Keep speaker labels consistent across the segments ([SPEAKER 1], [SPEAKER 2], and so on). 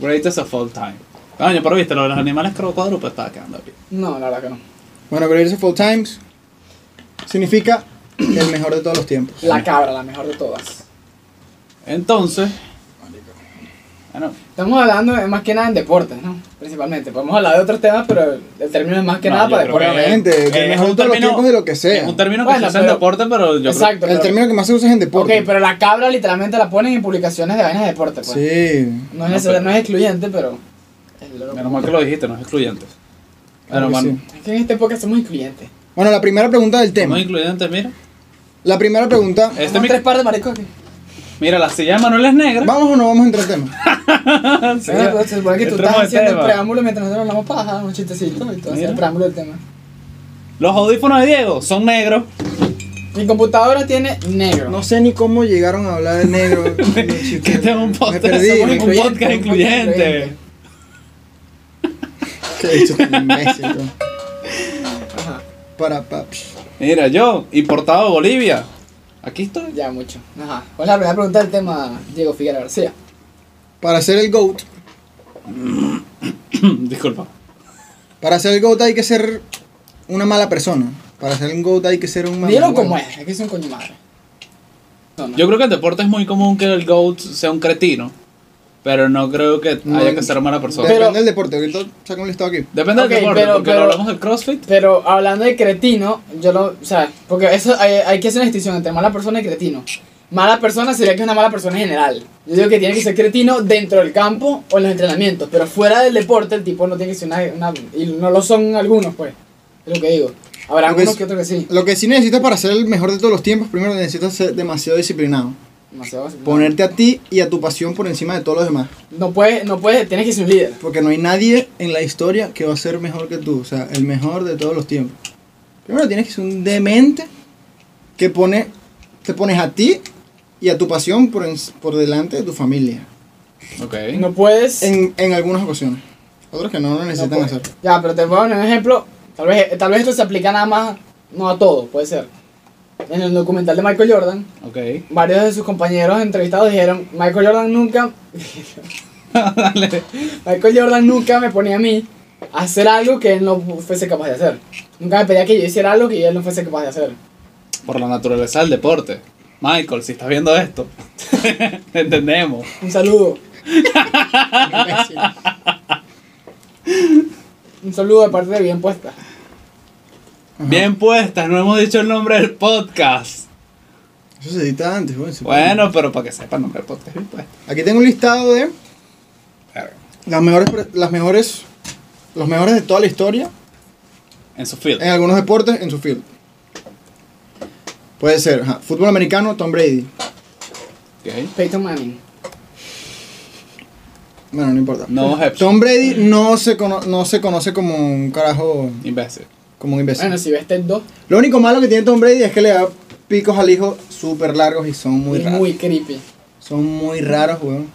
[SPEAKER 1] Greatest of all time. Coño, pero viste, lo de los animales cuadrúpedos estaba quedando bien.
[SPEAKER 2] No, la verdad que no.
[SPEAKER 3] Bueno, Greatest of All Times significa el mejor de todos los tiempos.
[SPEAKER 2] La cabra, la mejor de todas.
[SPEAKER 1] Entonces. Bueno,
[SPEAKER 2] Estamos hablando de más que nada en deportes, ¿no? Principalmente. Podemos hablar de otros temas, pero el término es más que
[SPEAKER 1] No,
[SPEAKER 2] nada pues,
[SPEAKER 1] yo
[SPEAKER 2] para
[SPEAKER 1] creo
[SPEAKER 2] deportes.
[SPEAKER 3] Obviamente,
[SPEAKER 1] Eh,
[SPEAKER 3] el
[SPEAKER 1] es un
[SPEAKER 3] mejor de todos los
[SPEAKER 1] término-
[SPEAKER 3] tiempos de lo que
[SPEAKER 1] es
[SPEAKER 3] sea.
[SPEAKER 1] un término que
[SPEAKER 2] Bueno,
[SPEAKER 1] se usa en
[SPEAKER 2] pero-
[SPEAKER 1] deporte, pero yo creo-
[SPEAKER 2] Exacto.
[SPEAKER 3] El
[SPEAKER 2] pero-
[SPEAKER 3] término que más se usa es en
[SPEAKER 2] Ok,
[SPEAKER 3] deporte.
[SPEAKER 2] pero la cabra literalmente la ponen en publicaciones de vainas de deporte, pues.
[SPEAKER 3] Sí.
[SPEAKER 2] No es,
[SPEAKER 1] No,
[SPEAKER 2] necesario-
[SPEAKER 1] pero-
[SPEAKER 2] no es excluyente, pero. es lo-
[SPEAKER 1] Menos mal que lo dijiste, no es excluyente.
[SPEAKER 3] Claro
[SPEAKER 1] Pero
[SPEAKER 3] que
[SPEAKER 1] bueno,
[SPEAKER 3] sí.
[SPEAKER 2] Es que en este podcast somos incluyentes.
[SPEAKER 3] Bueno, la primera pregunta del
[SPEAKER 1] no
[SPEAKER 3] tema.
[SPEAKER 1] es incluyente, mira.
[SPEAKER 3] La primera pregunta.
[SPEAKER 1] Este
[SPEAKER 2] Somos
[SPEAKER 1] mic-
[SPEAKER 2] tres par de maricos aquí.
[SPEAKER 1] Mira, la silla de Manuel es negra.
[SPEAKER 3] ¿Vamos o no vamos a entrar al tema?
[SPEAKER 1] Sí,
[SPEAKER 2] Bueno, pero pues, se supone que tú
[SPEAKER 1] entremos
[SPEAKER 2] estás
[SPEAKER 1] al
[SPEAKER 2] haciendo el
[SPEAKER 1] tema.
[SPEAKER 2] preámbulo mientras nosotros hablamos paja, un chistecito, y tú haces
[SPEAKER 1] Mira.
[SPEAKER 2] el preámbulo del tema.
[SPEAKER 1] Los audífonos de Diego son negros.
[SPEAKER 2] Mi computadora tiene negro.
[SPEAKER 3] No sé ni cómo llegaron a hablar de negro. Ni
[SPEAKER 1] Que este es un
[SPEAKER 3] Me
[SPEAKER 1] podcast,
[SPEAKER 3] perdí.
[SPEAKER 1] somos
[SPEAKER 3] me
[SPEAKER 1] un
[SPEAKER 3] perdí.
[SPEAKER 1] podcast incluyente.
[SPEAKER 3] Qué bicho tan imbécil, tú.
[SPEAKER 2] Ajá,
[SPEAKER 3] Para, pa, psh.
[SPEAKER 1] Mira, yo, importado de Bolivia. Aquí estoy.
[SPEAKER 2] ya mucho. Ajá. ¿Cuál es la primera pregunta del tema, Diego Figueroa García?
[SPEAKER 3] para ser el GOAT.
[SPEAKER 1] Disculpa.
[SPEAKER 3] Para ser el GOAT hay que ser una mala persona. Para ser un GOAT hay que ser un mal.
[SPEAKER 2] Dilo como es, es que es un coño madre. No, no.
[SPEAKER 1] Yo creo que en deporte es muy común que el GOAT sea un cretino. Pero no creo que
[SPEAKER 3] No,
[SPEAKER 1] haya que ser mala persona.
[SPEAKER 3] Depende
[SPEAKER 2] Pero-
[SPEAKER 3] del deporte. Ahorita saca un listado aquí.
[SPEAKER 1] Depende
[SPEAKER 2] Ok,
[SPEAKER 1] del deporte,
[SPEAKER 2] pero-
[SPEAKER 1] porque
[SPEAKER 2] pero-
[SPEAKER 1] lo hablamos del CrossFit.
[SPEAKER 2] Pero hablando de cretino, yo lo. O sea, porque eso hay, hay que hacer una distinción entre mala persona y cretino. Mala persona sería que es una mala persona en general. Yo digo que tiene que ser cretino dentro del campo o en los entrenamientos, pero fuera del deporte el tipo no tiene que ser una. una- y no lo son algunos, pues. Es lo que digo. Habrá
[SPEAKER 3] Lo que
[SPEAKER 2] algunos
[SPEAKER 3] es-
[SPEAKER 2] que otros que sí.
[SPEAKER 3] Lo que sí necesitas para ser el mejor de todos los tiempos, primero necesitas ser demasiado disciplinado.
[SPEAKER 2] Demasiado-
[SPEAKER 3] Ponerte a ti y a tu pasión por encima de todos los demás.
[SPEAKER 2] No puedes, no puedes, tienes que ser un líder.
[SPEAKER 3] Porque no hay nadie en la historia que va a ser mejor que tú. O sea, el mejor de todos los tiempos. Primero tienes que ser un demente que pone, te pones a ti y a tu pasión por, en- por delante de tu familia.
[SPEAKER 1] Ok.
[SPEAKER 2] No puedes.
[SPEAKER 3] En, en algunas ocasiones. Otros que no lo
[SPEAKER 2] no
[SPEAKER 3] necesitan
[SPEAKER 2] puedes.
[SPEAKER 3] hacer.
[SPEAKER 2] Ya, pero te voy a poner un ejemplo. Tal vez, eh, tal vez esto se aplica nada más, no a todo, puede ser. En el documental de Michael Jordan,
[SPEAKER 1] Ok.
[SPEAKER 2] varios de sus compañeros entrevistados dijeron, Michael Jordan nunca,
[SPEAKER 1] Dale.
[SPEAKER 2] Michael Jordan nunca me ponía a mí a hacer algo que él no fuese capaz de hacer. Nunca me pedía que yo hiciera algo que él no fuese capaz de hacer.
[SPEAKER 1] Por la naturaleza del deporte. Michael, si estás viendo esto, entendemos.
[SPEAKER 2] Un saludo, un saludo de parte de Bien Puesta.
[SPEAKER 1] Bien puestas, no hemos dicho el nombre del podcast.
[SPEAKER 3] Eso se edita antes, bueno, se puede.
[SPEAKER 1] Bueno, pero para que sepan el nombre del podcast, bien puesto.
[SPEAKER 3] Aquí tengo un listado de las mejores, pre- las mejores, los mejores de toda la historia
[SPEAKER 1] En su field.
[SPEAKER 3] en algunos deportes en su field. Puede ser, ajá, fútbol americano, Tom Brady.
[SPEAKER 1] Ok.
[SPEAKER 2] Peyton Manning.
[SPEAKER 3] Bueno, no importa.
[SPEAKER 1] No, Hepsi.
[SPEAKER 3] Tom Brady no se, cono- no se conoce como un carajo,
[SPEAKER 1] Imbécil.
[SPEAKER 3] como un imbécil.
[SPEAKER 2] Bueno, si ves TED 2,
[SPEAKER 3] Lo único malo que tiene Tom Brady es que le da picos al hijo súper largos y son muy
[SPEAKER 2] es
[SPEAKER 3] raros.
[SPEAKER 2] muy creepy.
[SPEAKER 3] Son muy raros, weón.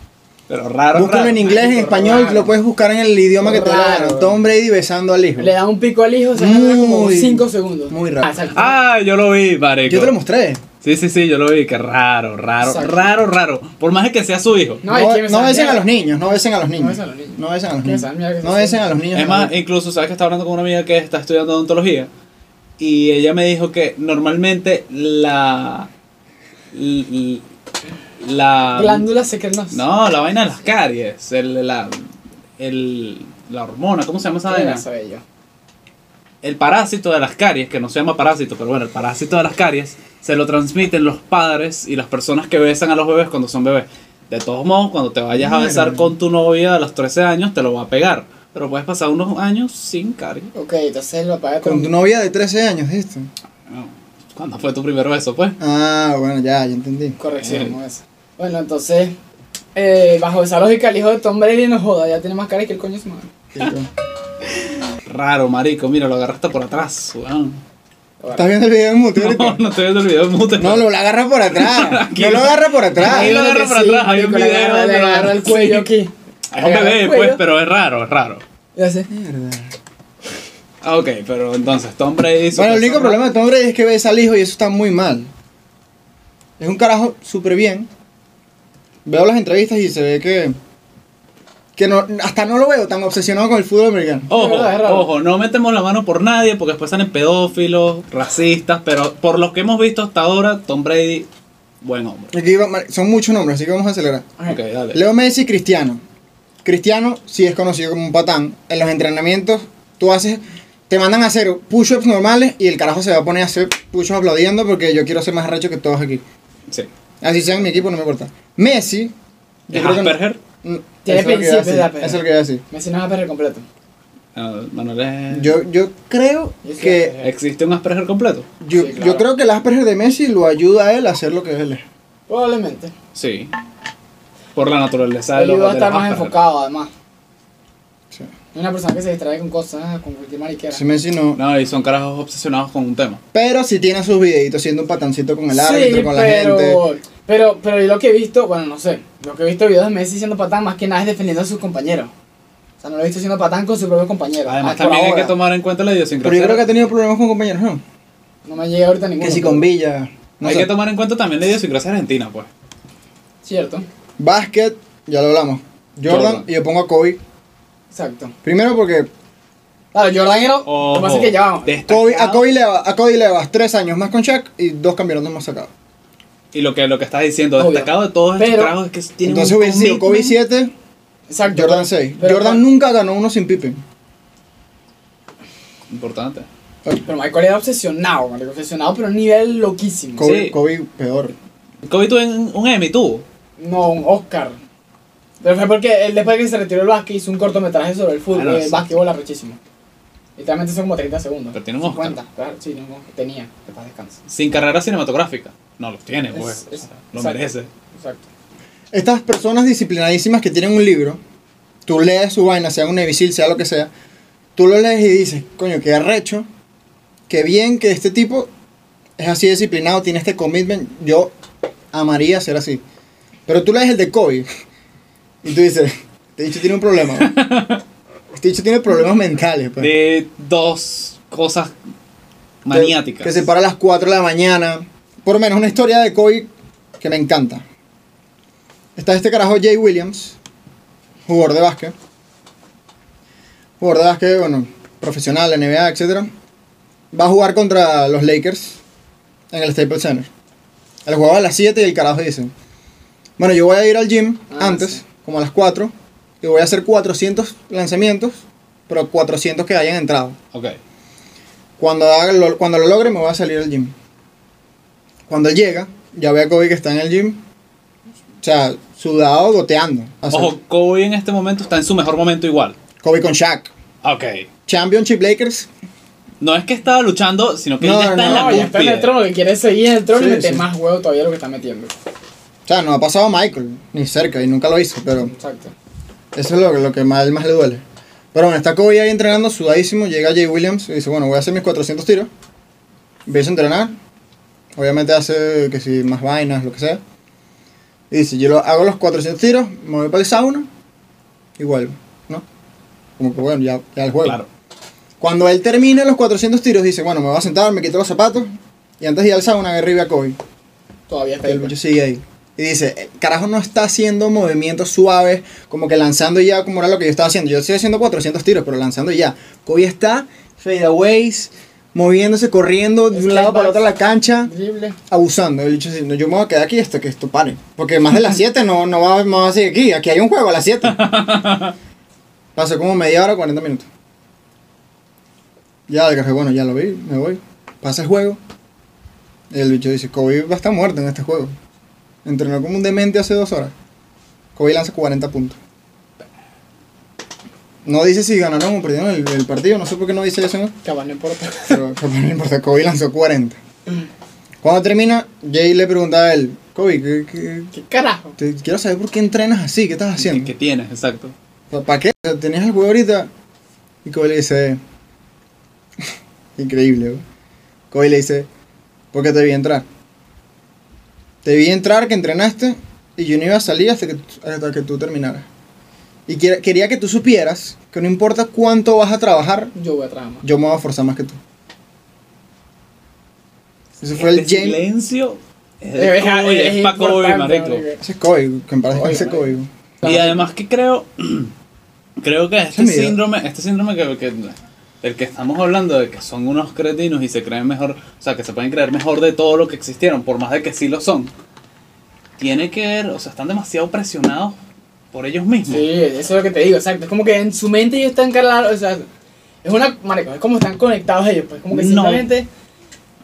[SPEAKER 1] Pero raro,
[SPEAKER 3] Búscalo
[SPEAKER 1] raro.
[SPEAKER 3] en inglés, en
[SPEAKER 2] Marico,
[SPEAKER 3] español,
[SPEAKER 2] raro.
[SPEAKER 3] lo puedes buscar en el idioma que te da.
[SPEAKER 2] Raro.
[SPEAKER 3] Tom Brady besando al hijo.
[SPEAKER 2] Le da un pico al hijo, se dura como
[SPEAKER 3] Muy-
[SPEAKER 2] 5 segundos.
[SPEAKER 3] muy raro.
[SPEAKER 2] Ah, exacto.
[SPEAKER 1] Ah, yo lo vi, marico.
[SPEAKER 3] Yo te lo mostré.
[SPEAKER 1] Sí, sí, sí, yo lo vi. Que raro, raro,
[SPEAKER 2] Exacto.
[SPEAKER 1] raro, raro. Por más de que sea su hijo.
[SPEAKER 2] No, hay que
[SPEAKER 3] No,
[SPEAKER 2] besar
[SPEAKER 3] no besen
[SPEAKER 2] mierda.
[SPEAKER 3] a los niños, no besen a los niños.
[SPEAKER 2] besen a los niños.
[SPEAKER 3] No besen a los
[SPEAKER 2] Que
[SPEAKER 3] niños.
[SPEAKER 2] besar mierda que
[SPEAKER 3] No
[SPEAKER 2] se
[SPEAKER 3] besen a los niños.
[SPEAKER 1] Es
[SPEAKER 3] no.
[SPEAKER 1] más, incluso sabes que estaba hablando con una amiga que está estudiando odontología y ella me dijo que normalmente la l- la
[SPEAKER 2] Glándulas secretas.
[SPEAKER 1] no, la vaina de las caries, el, la el- la hormona, ¿cómo se llama esa
[SPEAKER 2] ¿Qué
[SPEAKER 1] vaina?
[SPEAKER 2] era eso, bello?
[SPEAKER 1] El parásito de las caries, que no se llama parásito, pero bueno, el parásito de las caries se lo transmiten los padres y las personas que besan a los bebés cuando son bebés. De todos modos, cuando te vayas a
[SPEAKER 3] Mierda.
[SPEAKER 1] besar con tu novia a los 13 años, te lo va a pegar. Pero puedes pasar unos años sin caries.
[SPEAKER 2] Ok, entonces lo apaga
[SPEAKER 3] Con tu novia de 13 años, esto.
[SPEAKER 1] No. ¿Cuándo fue tu primer beso, pues?
[SPEAKER 3] Ah, bueno, ya, ya entendí.
[SPEAKER 2] Corrección,
[SPEAKER 1] Eh.
[SPEAKER 2] como esa. Bueno, entonces, eh, bajo esa lógica, el hijo de Tom Brady no joda, ya tiene más cara que el coño de su madre.
[SPEAKER 3] Qué loco.
[SPEAKER 1] Raro, marico. Mira, lo agarraste por atrás, weón.
[SPEAKER 3] ¿Estás viendo el video en mute
[SPEAKER 1] No,
[SPEAKER 3] ahorita?
[SPEAKER 1] no estoy viendo el video en mute.
[SPEAKER 3] No, lo, lo agarra por atrás.
[SPEAKER 1] Aquí
[SPEAKER 3] No lo
[SPEAKER 1] no.
[SPEAKER 3] agarra por atrás.
[SPEAKER 1] Ahí Ah, lo agarra para atrás, hay un
[SPEAKER 2] Nico, le
[SPEAKER 1] video
[SPEAKER 2] agarra-
[SPEAKER 1] donde
[SPEAKER 2] Le
[SPEAKER 1] lo
[SPEAKER 2] agarra
[SPEAKER 1] agarra.
[SPEAKER 2] el cuello
[SPEAKER 1] Sí.
[SPEAKER 2] aquí.
[SPEAKER 1] Es un bebé,
[SPEAKER 2] Bueno.
[SPEAKER 1] pues, pero es raro, es raro.
[SPEAKER 2] Ya sé.
[SPEAKER 3] Mierda.
[SPEAKER 1] Ah, ok, pero entonces Tom Brady. su
[SPEAKER 3] Bueno, el único
[SPEAKER 1] persona-
[SPEAKER 3] problema de Tom Brady es que ves al hijo y eso está muy mal. Es un carajo súper bien. Veo las entrevistas y se ve que. que no, hasta no lo veo tan obsesionado con el fútbol americano.
[SPEAKER 1] Ojo,
[SPEAKER 2] Es verdad, es raro.
[SPEAKER 1] ojo, no metemos la mano por nadie porque después salen pedófilos, racistas, pero por lo que hemos visto hasta ahora, Tom Brady, buen hombre.
[SPEAKER 3] Aquí va- son muchos nombres, así que vamos a acelerar.
[SPEAKER 1] Ok, dale.
[SPEAKER 3] Leo Messi, Cristiano. Cristiano sí es conocido como un patán. En los entrenamientos tú haces, te mandan a hacer push-ups normales y el carajo se va a poner a hacer push-ups aplaudiendo porque yo quiero ser más arrecho que todos aquí.
[SPEAKER 1] sí.
[SPEAKER 3] Así sea en mi equipo, no me importa. Messi... yo
[SPEAKER 1] ¿Es
[SPEAKER 3] creo que no-
[SPEAKER 1] Asperger?
[SPEAKER 3] Mm,
[SPEAKER 2] Tiene
[SPEAKER 3] eso es lo que iba a
[SPEAKER 2] principios de
[SPEAKER 3] decir,
[SPEAKER 2] Asperger.
[SPEAKER 3] Eso es lo que iba a decir.
[SPEAKER 2] Me no va a perder completo.
[SPEAKER 1] Ah, Manuel es-
[SPEAKER 3] Yo, yo creo
[SPEAKER 2] Yo sí
[SPEAKER 3] que...
[SPEAKER 2] Asperger.
[SPEAKER 1] ¿Existe un Asperger completo?
[SPEAKER 3] Yo,
[SPEAKER 2] Sí,
[SPEAKER 3] yo
[SPEAKER 2] claro.
[SPEAKER 3] creo que el Asperger de Messi lo ayuda a él a hacer lo que él es.
[SPEAKER 2] Probablemente.
[SPEAKER 1] Sí. Por la naturaleza de
[SPEAKER 2] Él
[SPEAKER 1] los
[SPEAKER 2] iba a
[SPEAKER 1] de
[SPEAKER 2] estar
[SPEAKER 1] los
[SPEAKER 2] más
[SPEAKER 1] Asperger.
[SPEAKER 2] enfocado, además.
[SPEAKER 3] Sí.
[SPEAKER 2] Es Una persona que se distrae con cosas, con cualquier mariquera.
[SPEAKER 3] Si Messi no...
[SPEAKER 1] No, y son carajos obsesionados con un tema.
[SPEAKER 3] Pero sí tiene sus videitos siendo un patancito con el
[SPEAKER 2] Sí,
[SPEAKER 3] árbitro, con la gente.
[SPEAKER 2] pero, pero, pero yo lo que he visto, bueno, no sé, lo que he visto de videos de Messi siendo patán más que nada es defendiendo a sus compañeros. O sea, no lo he visto siendo patán con sus propios compañeros.
[SPEAKER 1] Además,
[SPEAKER 2] hasta
[SPEAKER 1] también hay
[SPEAKER 2] Ah, ahora.
[SPEAKER 1] que tomar en cuenta la idiosincrasia.
[SPEAKER 3] Pero yo creo que ha tenido problemas con compañeros, ¿no?
[SPEAKER 2] No me llega ahorita ninguno.
[SPEAKER 3] Que si
[SPEAKER 2] pero-
[SPEAKER 3] con Villa. No
[SPEAKER 1] hay
[SPEAKER 3] sé.
[SPEAKER 1] que tomar en cuenta también la idiosincrasia argentina, pues.
[SPEAKER 2] Cierto,
[SPEAKER 3] Básquet, ya lo hablamos. Jordan,
[SPEAKER 1] Jordan.
[SPEAKER 3] y yo pongo a Kobe.
[SPEAKER 2] exacto.
[SPEAKER 3] Primero porque
[SPEAKER 2] Claro, Jordan era. Lo que
[SPEAKER 1] Ojo,
[SPEAKER 2] pasa es que ya vamos.
[SPEAKER 1] destacado.
[SPEAKER 3] Kobe, a, Kobe le, va- a Kobe le vas tres años más con Shaq y dos campeonatos más sacados.
[SPEAKER 1] Y lo que, lo que estás diciendo,
[SPEAKER 2] Obvio.
[SPEAKER 1] destacado de todos
[SPEAKER 2] Pero-
[SPEAKER 1] estos carajos es que tienen
[SPEAKER 3] Entonces
[SPEAKER 1] un
[SPEAKER 3] hubiese sido Kobe
[SPEAKER 1] commitment.
[SPEAKER 3] 7,
[SPEAKER 2] Exacto.
[SPEAKER 3] Jordan
[SPEAKER 2] pero-
[SPEAKER 3] 6.
[SPEAKER 2] pero-
[SPEAKER 3] Jordan nunca ganó uno sin Pippen.
[SPEAKER 1] Importante.
[SPEAKER 2] Pero Michael era obsesionado, marico, obsesionado, pero a un nivel loquísimo.
[SPEAKER 3] Kobe,
[SPEAKER 1] Sí.
[SPEAKER 3] Kobe peor.
[SPEAKER 1] Kobe tuvo un, un Emmy, tuvo.
[SPEAKER 2] No, un Oscar. Pero fue porque él después de que se retiró el básquet hizo un cortometraje sobre el fútbol,
[SPEAKER 1] Ah, no,
[SPEAKER 2] el
[SPEAKER 1] sí.
[SPEAKER 2] básquetbol arrechísimo. Literalmente son como 30 segundos.
[SPEAKER 1] Pero tiene un Oscar.
[SPEAKER 2] claro, sí, no, no, tenía, que paz descanse.
[SPEAKER 1] Sin carrera cinematográfica. No los tiene,
[SPEAKER 2] Es-
[SPEAKER 1] pues.
[SPEAKER 2] es-
[SPEAKER 1] lo
[SPEAKER 2] exacto.
[SPEAKER 1] merece.
[SPEAKER 2] Exacto.
[SPEAKER 3] Estas personas disciplinadísimas que tienen un libro, tú lees su vaina, sea un Nevisil, sea lo que sea, tú lo lees y dices, coño, qué arrecho, qué bien que este tipo es así disciplinado, tiene este commitment, yo amaría ser así. Pero tú lees el de Kobe y tú dices, este dicho tiene un problema. weón. Este dicho tiene problemas mentales. pues.
[SPEAKER 1] De dos cosas maniáticas.
[SPEAKER 3] Que se para a las 4 de la mañana. Por lo menos una historia de Kobe que me encanta. Está este carajo Jay Williams, jugador de básquet. Jugador de básquet, bueno, profesional, NBA, etc. Va a jugar contra los Lakers en el Staples Center. El juego a las 7 y el carajo dice, bueno, yo voy a ir al gym
[SPEAKER 2] Ah,
[SPEAKER 3] antes,
[SPEAKER 2] sí.
[SPEAKER 3] como a las 4, y voy a hacer 400 lanzamientos, pero 400 que hayan entrado.
[SPEAKER 1] Ok.
[SPEAKER 3] Ah, Cuando, haga lo, cuando lo logre me voy a salir del gym. Cuando él llega, ya ve a Kobe que está en el gym. O sea, sudado, goteando. O sea,
[SPEAKER 1] Ojo, Kobe en este momento está en su mejor momento igual.
[SPEAKER 3] Kobe con Shaq.
[SPEAKER 1] Ok.
[SPEAKER 3] Championship Lakers.
[SPEAKER 1] No es que estaba luchando, sino que
[SPEAKER 3] No,
[SPEAKER 1] ya está
[SPEAKER 3] no,
[SPEAKER 1] en la
[SPEAKER 2] No, ya está en el
[SPEAKER 1] cúspide.
[SPEAKER 2] trono, que quiere seguir en el trono
[SPEAKER 3] Sí,
[SPEAKER 2] y meter
[SPEAKER 3] sí.
[SPEAKER 2] más huevo todavía lo que está metiendo.
[SPEAKER 3] O sea, no ha pasado a Michael, ni cerca, y nunca lo hizo, pero
[SPEAKER 2] Exacto.
[SPEAKER 3] eso es lo, lo que más, más le duele. Pero bueno, está Kobe ahí entrenando, sudadísimo. Llega Jay Williams y dice: Bueno, voy a hacer mis 400 tiros. Empieza a entrenar. Obviamente hace que si más vainas, lo que sea. Y dice: Yo lo, hago los 400 tiros, me voy para el sauna y vuelvo, ¿no? Como que bueno, ya, ya el juego.
[SPEAKER 1] Claro.
[SPEAKER 3] Cuando él termina los 400 tiros, dice: Bueno, me voy a sentar, me quito los zapatos. Y antes de ir al sauna, agarré a Kobe.
[SPEAKER 2] Todavía está
[SPEAKER 3] El
[SPEAKER 2] ahí. pues.
[SPEAKER 3] bicho sigue ahí. Y dice, el carajo no está haciendo movimientos suaves, como que lanzando ya, como era lo que yo estaba haciendo. Yo estoy haciendo 400 tiros, pero lanzando ya. Kobe está, fadeaways, moviéndose, corriendo de un
[SPEAKER 2] Step
[SPEAKER 3] lado para
[SPEAKER 2] backs.
[SPEAKER 3] otro la cancha,
[SPEAKER 2] Drible.
[SPEAKER 3] abusando. El bicho dice, no, yo me voy a quedar aquí hasta que esto pare. Porque más de las 7 no, no va, no va a seguir aquí. Aquí hay un juego a las 7. Pasó como media hora, 40 minutos. Ya, el carajo, bueno, ya lo vi, me voy. Pasa el juego. Y el bicho dice, Kobe va a estar muerto en este juego. Entrenó como un demente hace dos horas. Kobe lanza 40 puntos. No dice si ganaron o perdieron el, el partido, no sé por qué no dice eso, ¿no?
[SPEAKER 2] Capaz no importa.
[SPEAKER 3] pero capaz no le importa. Kobe lanzó 40. Cuando termina, Jay le pregunta a él, Kobe, ¿qué- qué-
[SPEAKER 2] ¿Qué carajo?
[SPEAKER 3] te- quiero saber por qué entrenas así, ¿qué estás haciendo?
[SPEAKER 1] Que tienes, exacto.
[SPEAKER 3] ¿Para qué? O sea, Tenías el juego ahorita. Y Kobe le dice. Increíble, güey. Kobe le dice, porque te vi entrar. Te vi entrar que entrenaste y yo no iba a salir hasta que, hasta que tú terminaras. Y quiera- quería que tú supieras que no importa cuánto vas a trabajar,
[SPEAKER 2] Yo voy a trabajar más.
[SPEAKER 3] yo me voy a forzar más que tú. Ese fue el
[SPEAKER 1] Este
[SPEAKER 3] James.
[SPEAKER 1] silencio es,
[SPEAKER 2] Eh,
[SPEAKER 1] de
[SPEAKER 2] es-
[SPEAKER 1] Kobe,
[SPEAKER 2] es
[SPEAKER 1] es pa' Kobe,
[SPEAKER 2] importante,
[SPEAKER 1] marico.
[SPEAKER 2] marico.
[SPEAKER 3] Ese Ah, es Kobe, que en paz descanse
[SPEAKER 2] Kobe,
[SPEAKER 3] Kobe.
[SPEAKER 1] Y además que creo, creo que este
[SPEAKER 3] mi idea.
[SPEAKER 1] síndrome, este síndrome que, que- del que estamos hablando, de que son unos cretinos y se creen mejor, o sea, que se pueden creer mejor de todo lo que existieron, por más de que sí lo son, tiene que ver, o sea, están demasiado presionados por ellos mismos.
[SPEAKER 2] Sí, eso es lo que te digo, exacto. Es como que en su mente ellos están cargados, o sea, es una, marico, es como están conectados ellos, pues, como que
[SPEAKER 1] No.
[SPEAKER 2] simplemente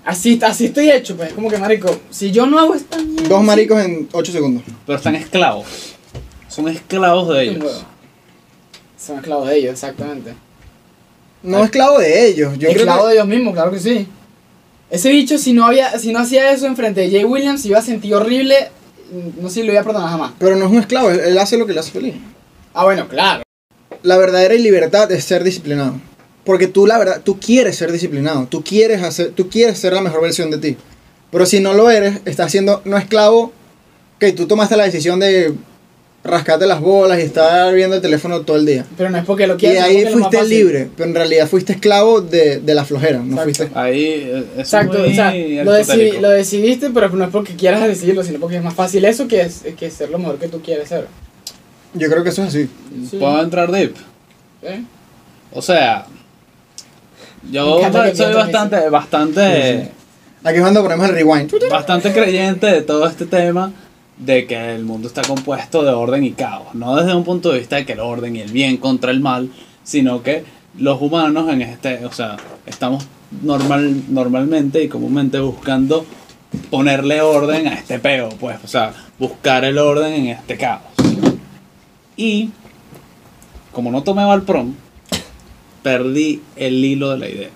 [SPEAKER 2] así, así estoy hecho, pues, es como que, marico, si yo no hago esta mierda...
[SPEAKER 3] Dos maricos en 8 segundos.
[SPEAKER 1] Pero están esclavos. Son esclavos de
[SPEAKER 2] sí,
[SPEAKER 1] ellos.
[SPEAKER 2] huevo. Son esclavos de ellos, exactamente.
[SPEAKER 3] No esclavo de ellos. Yo
[SPEAKER 2] esclavos
[SPEAKER 3] creo
[SPEAKER 2] de ellos mismos, claro que sí. Ese bicho, si no había, si no hacía eso enfrente de Jay Williams, se iba a sentir horrible, no sé si lo iba a perdonar jamás.
[SPEAKER 3] que- pero no es un esclavo, él, él hace lo que le hace feliz.
[SPEAKER 2] Ah, bueno, claro.
[SPEAKER 3] La verdadera libertad es ser disciplinado. Porque tú, la verdad, tú quieres ser disciplinado. Tú quieres, hacer, tú quieres ser la mejor versión de ti. Pero si no lo eres, estás siendo no esclavo. Que tú tomaste la decisión de rascarte las bolas y estar viendo el teléfono todo el día.
[SPEAKER 2] Pero no es porque lo
[SPEAKER 3] Y
[SPEAKER 2] quiera.
[SPEAKER 3] ahí fuiste libre, pero en realidad fuiste esclavo de, de la flojera. No
[SPEAKER 2] Exacto.
[SPEAKER 3] fuiste.
[SPEAKER 1] Ahí eh, es
[SPEAKER 2] Exacto,
[SPEAKER 1] muy
[SPEAKER 2] o sea, lo, deci-
[SPEAKER 1] aristotélico.
[SPEAKER 2] lo decidiste, pero no es porque quieras decidirlo, sino porque es más fácil eso que, es, que ser lo mejor que tú quieres ser.
[SPEAKER 3] Yo creo que eso es así.
[SPEAKER 2] Sí.
[SPEAKER 1] ¿Puedo entrar deep?
[SPEAKER 2] ¿eh?
[SPEAKER 1] O sea,
[SPEAKER 2] Me
[SPEAKER 1] yo
[SPEAKER 2] encanta que
[SPEAKER 1] soy
[SPEAKER 2] piensen
[SPEAKER 1] bastante, bastante...
[SPEAKER 3] Sí, Aquí es cuando ponemos el rewind.
[SPEAKER 1] bastante creyente de todo este tema de que el mundo está compuesto de orden y caos. No desde un punto de vista de que el orden y el bien contra el mal, sino que los humanos en este, o sea, estamos normal, normalmente y comúnmente buscando ponerle orden a este peo, pues, o sea, buscar el orden en este caos. Y como no tomé Valprom, perdí el hilo de la idea.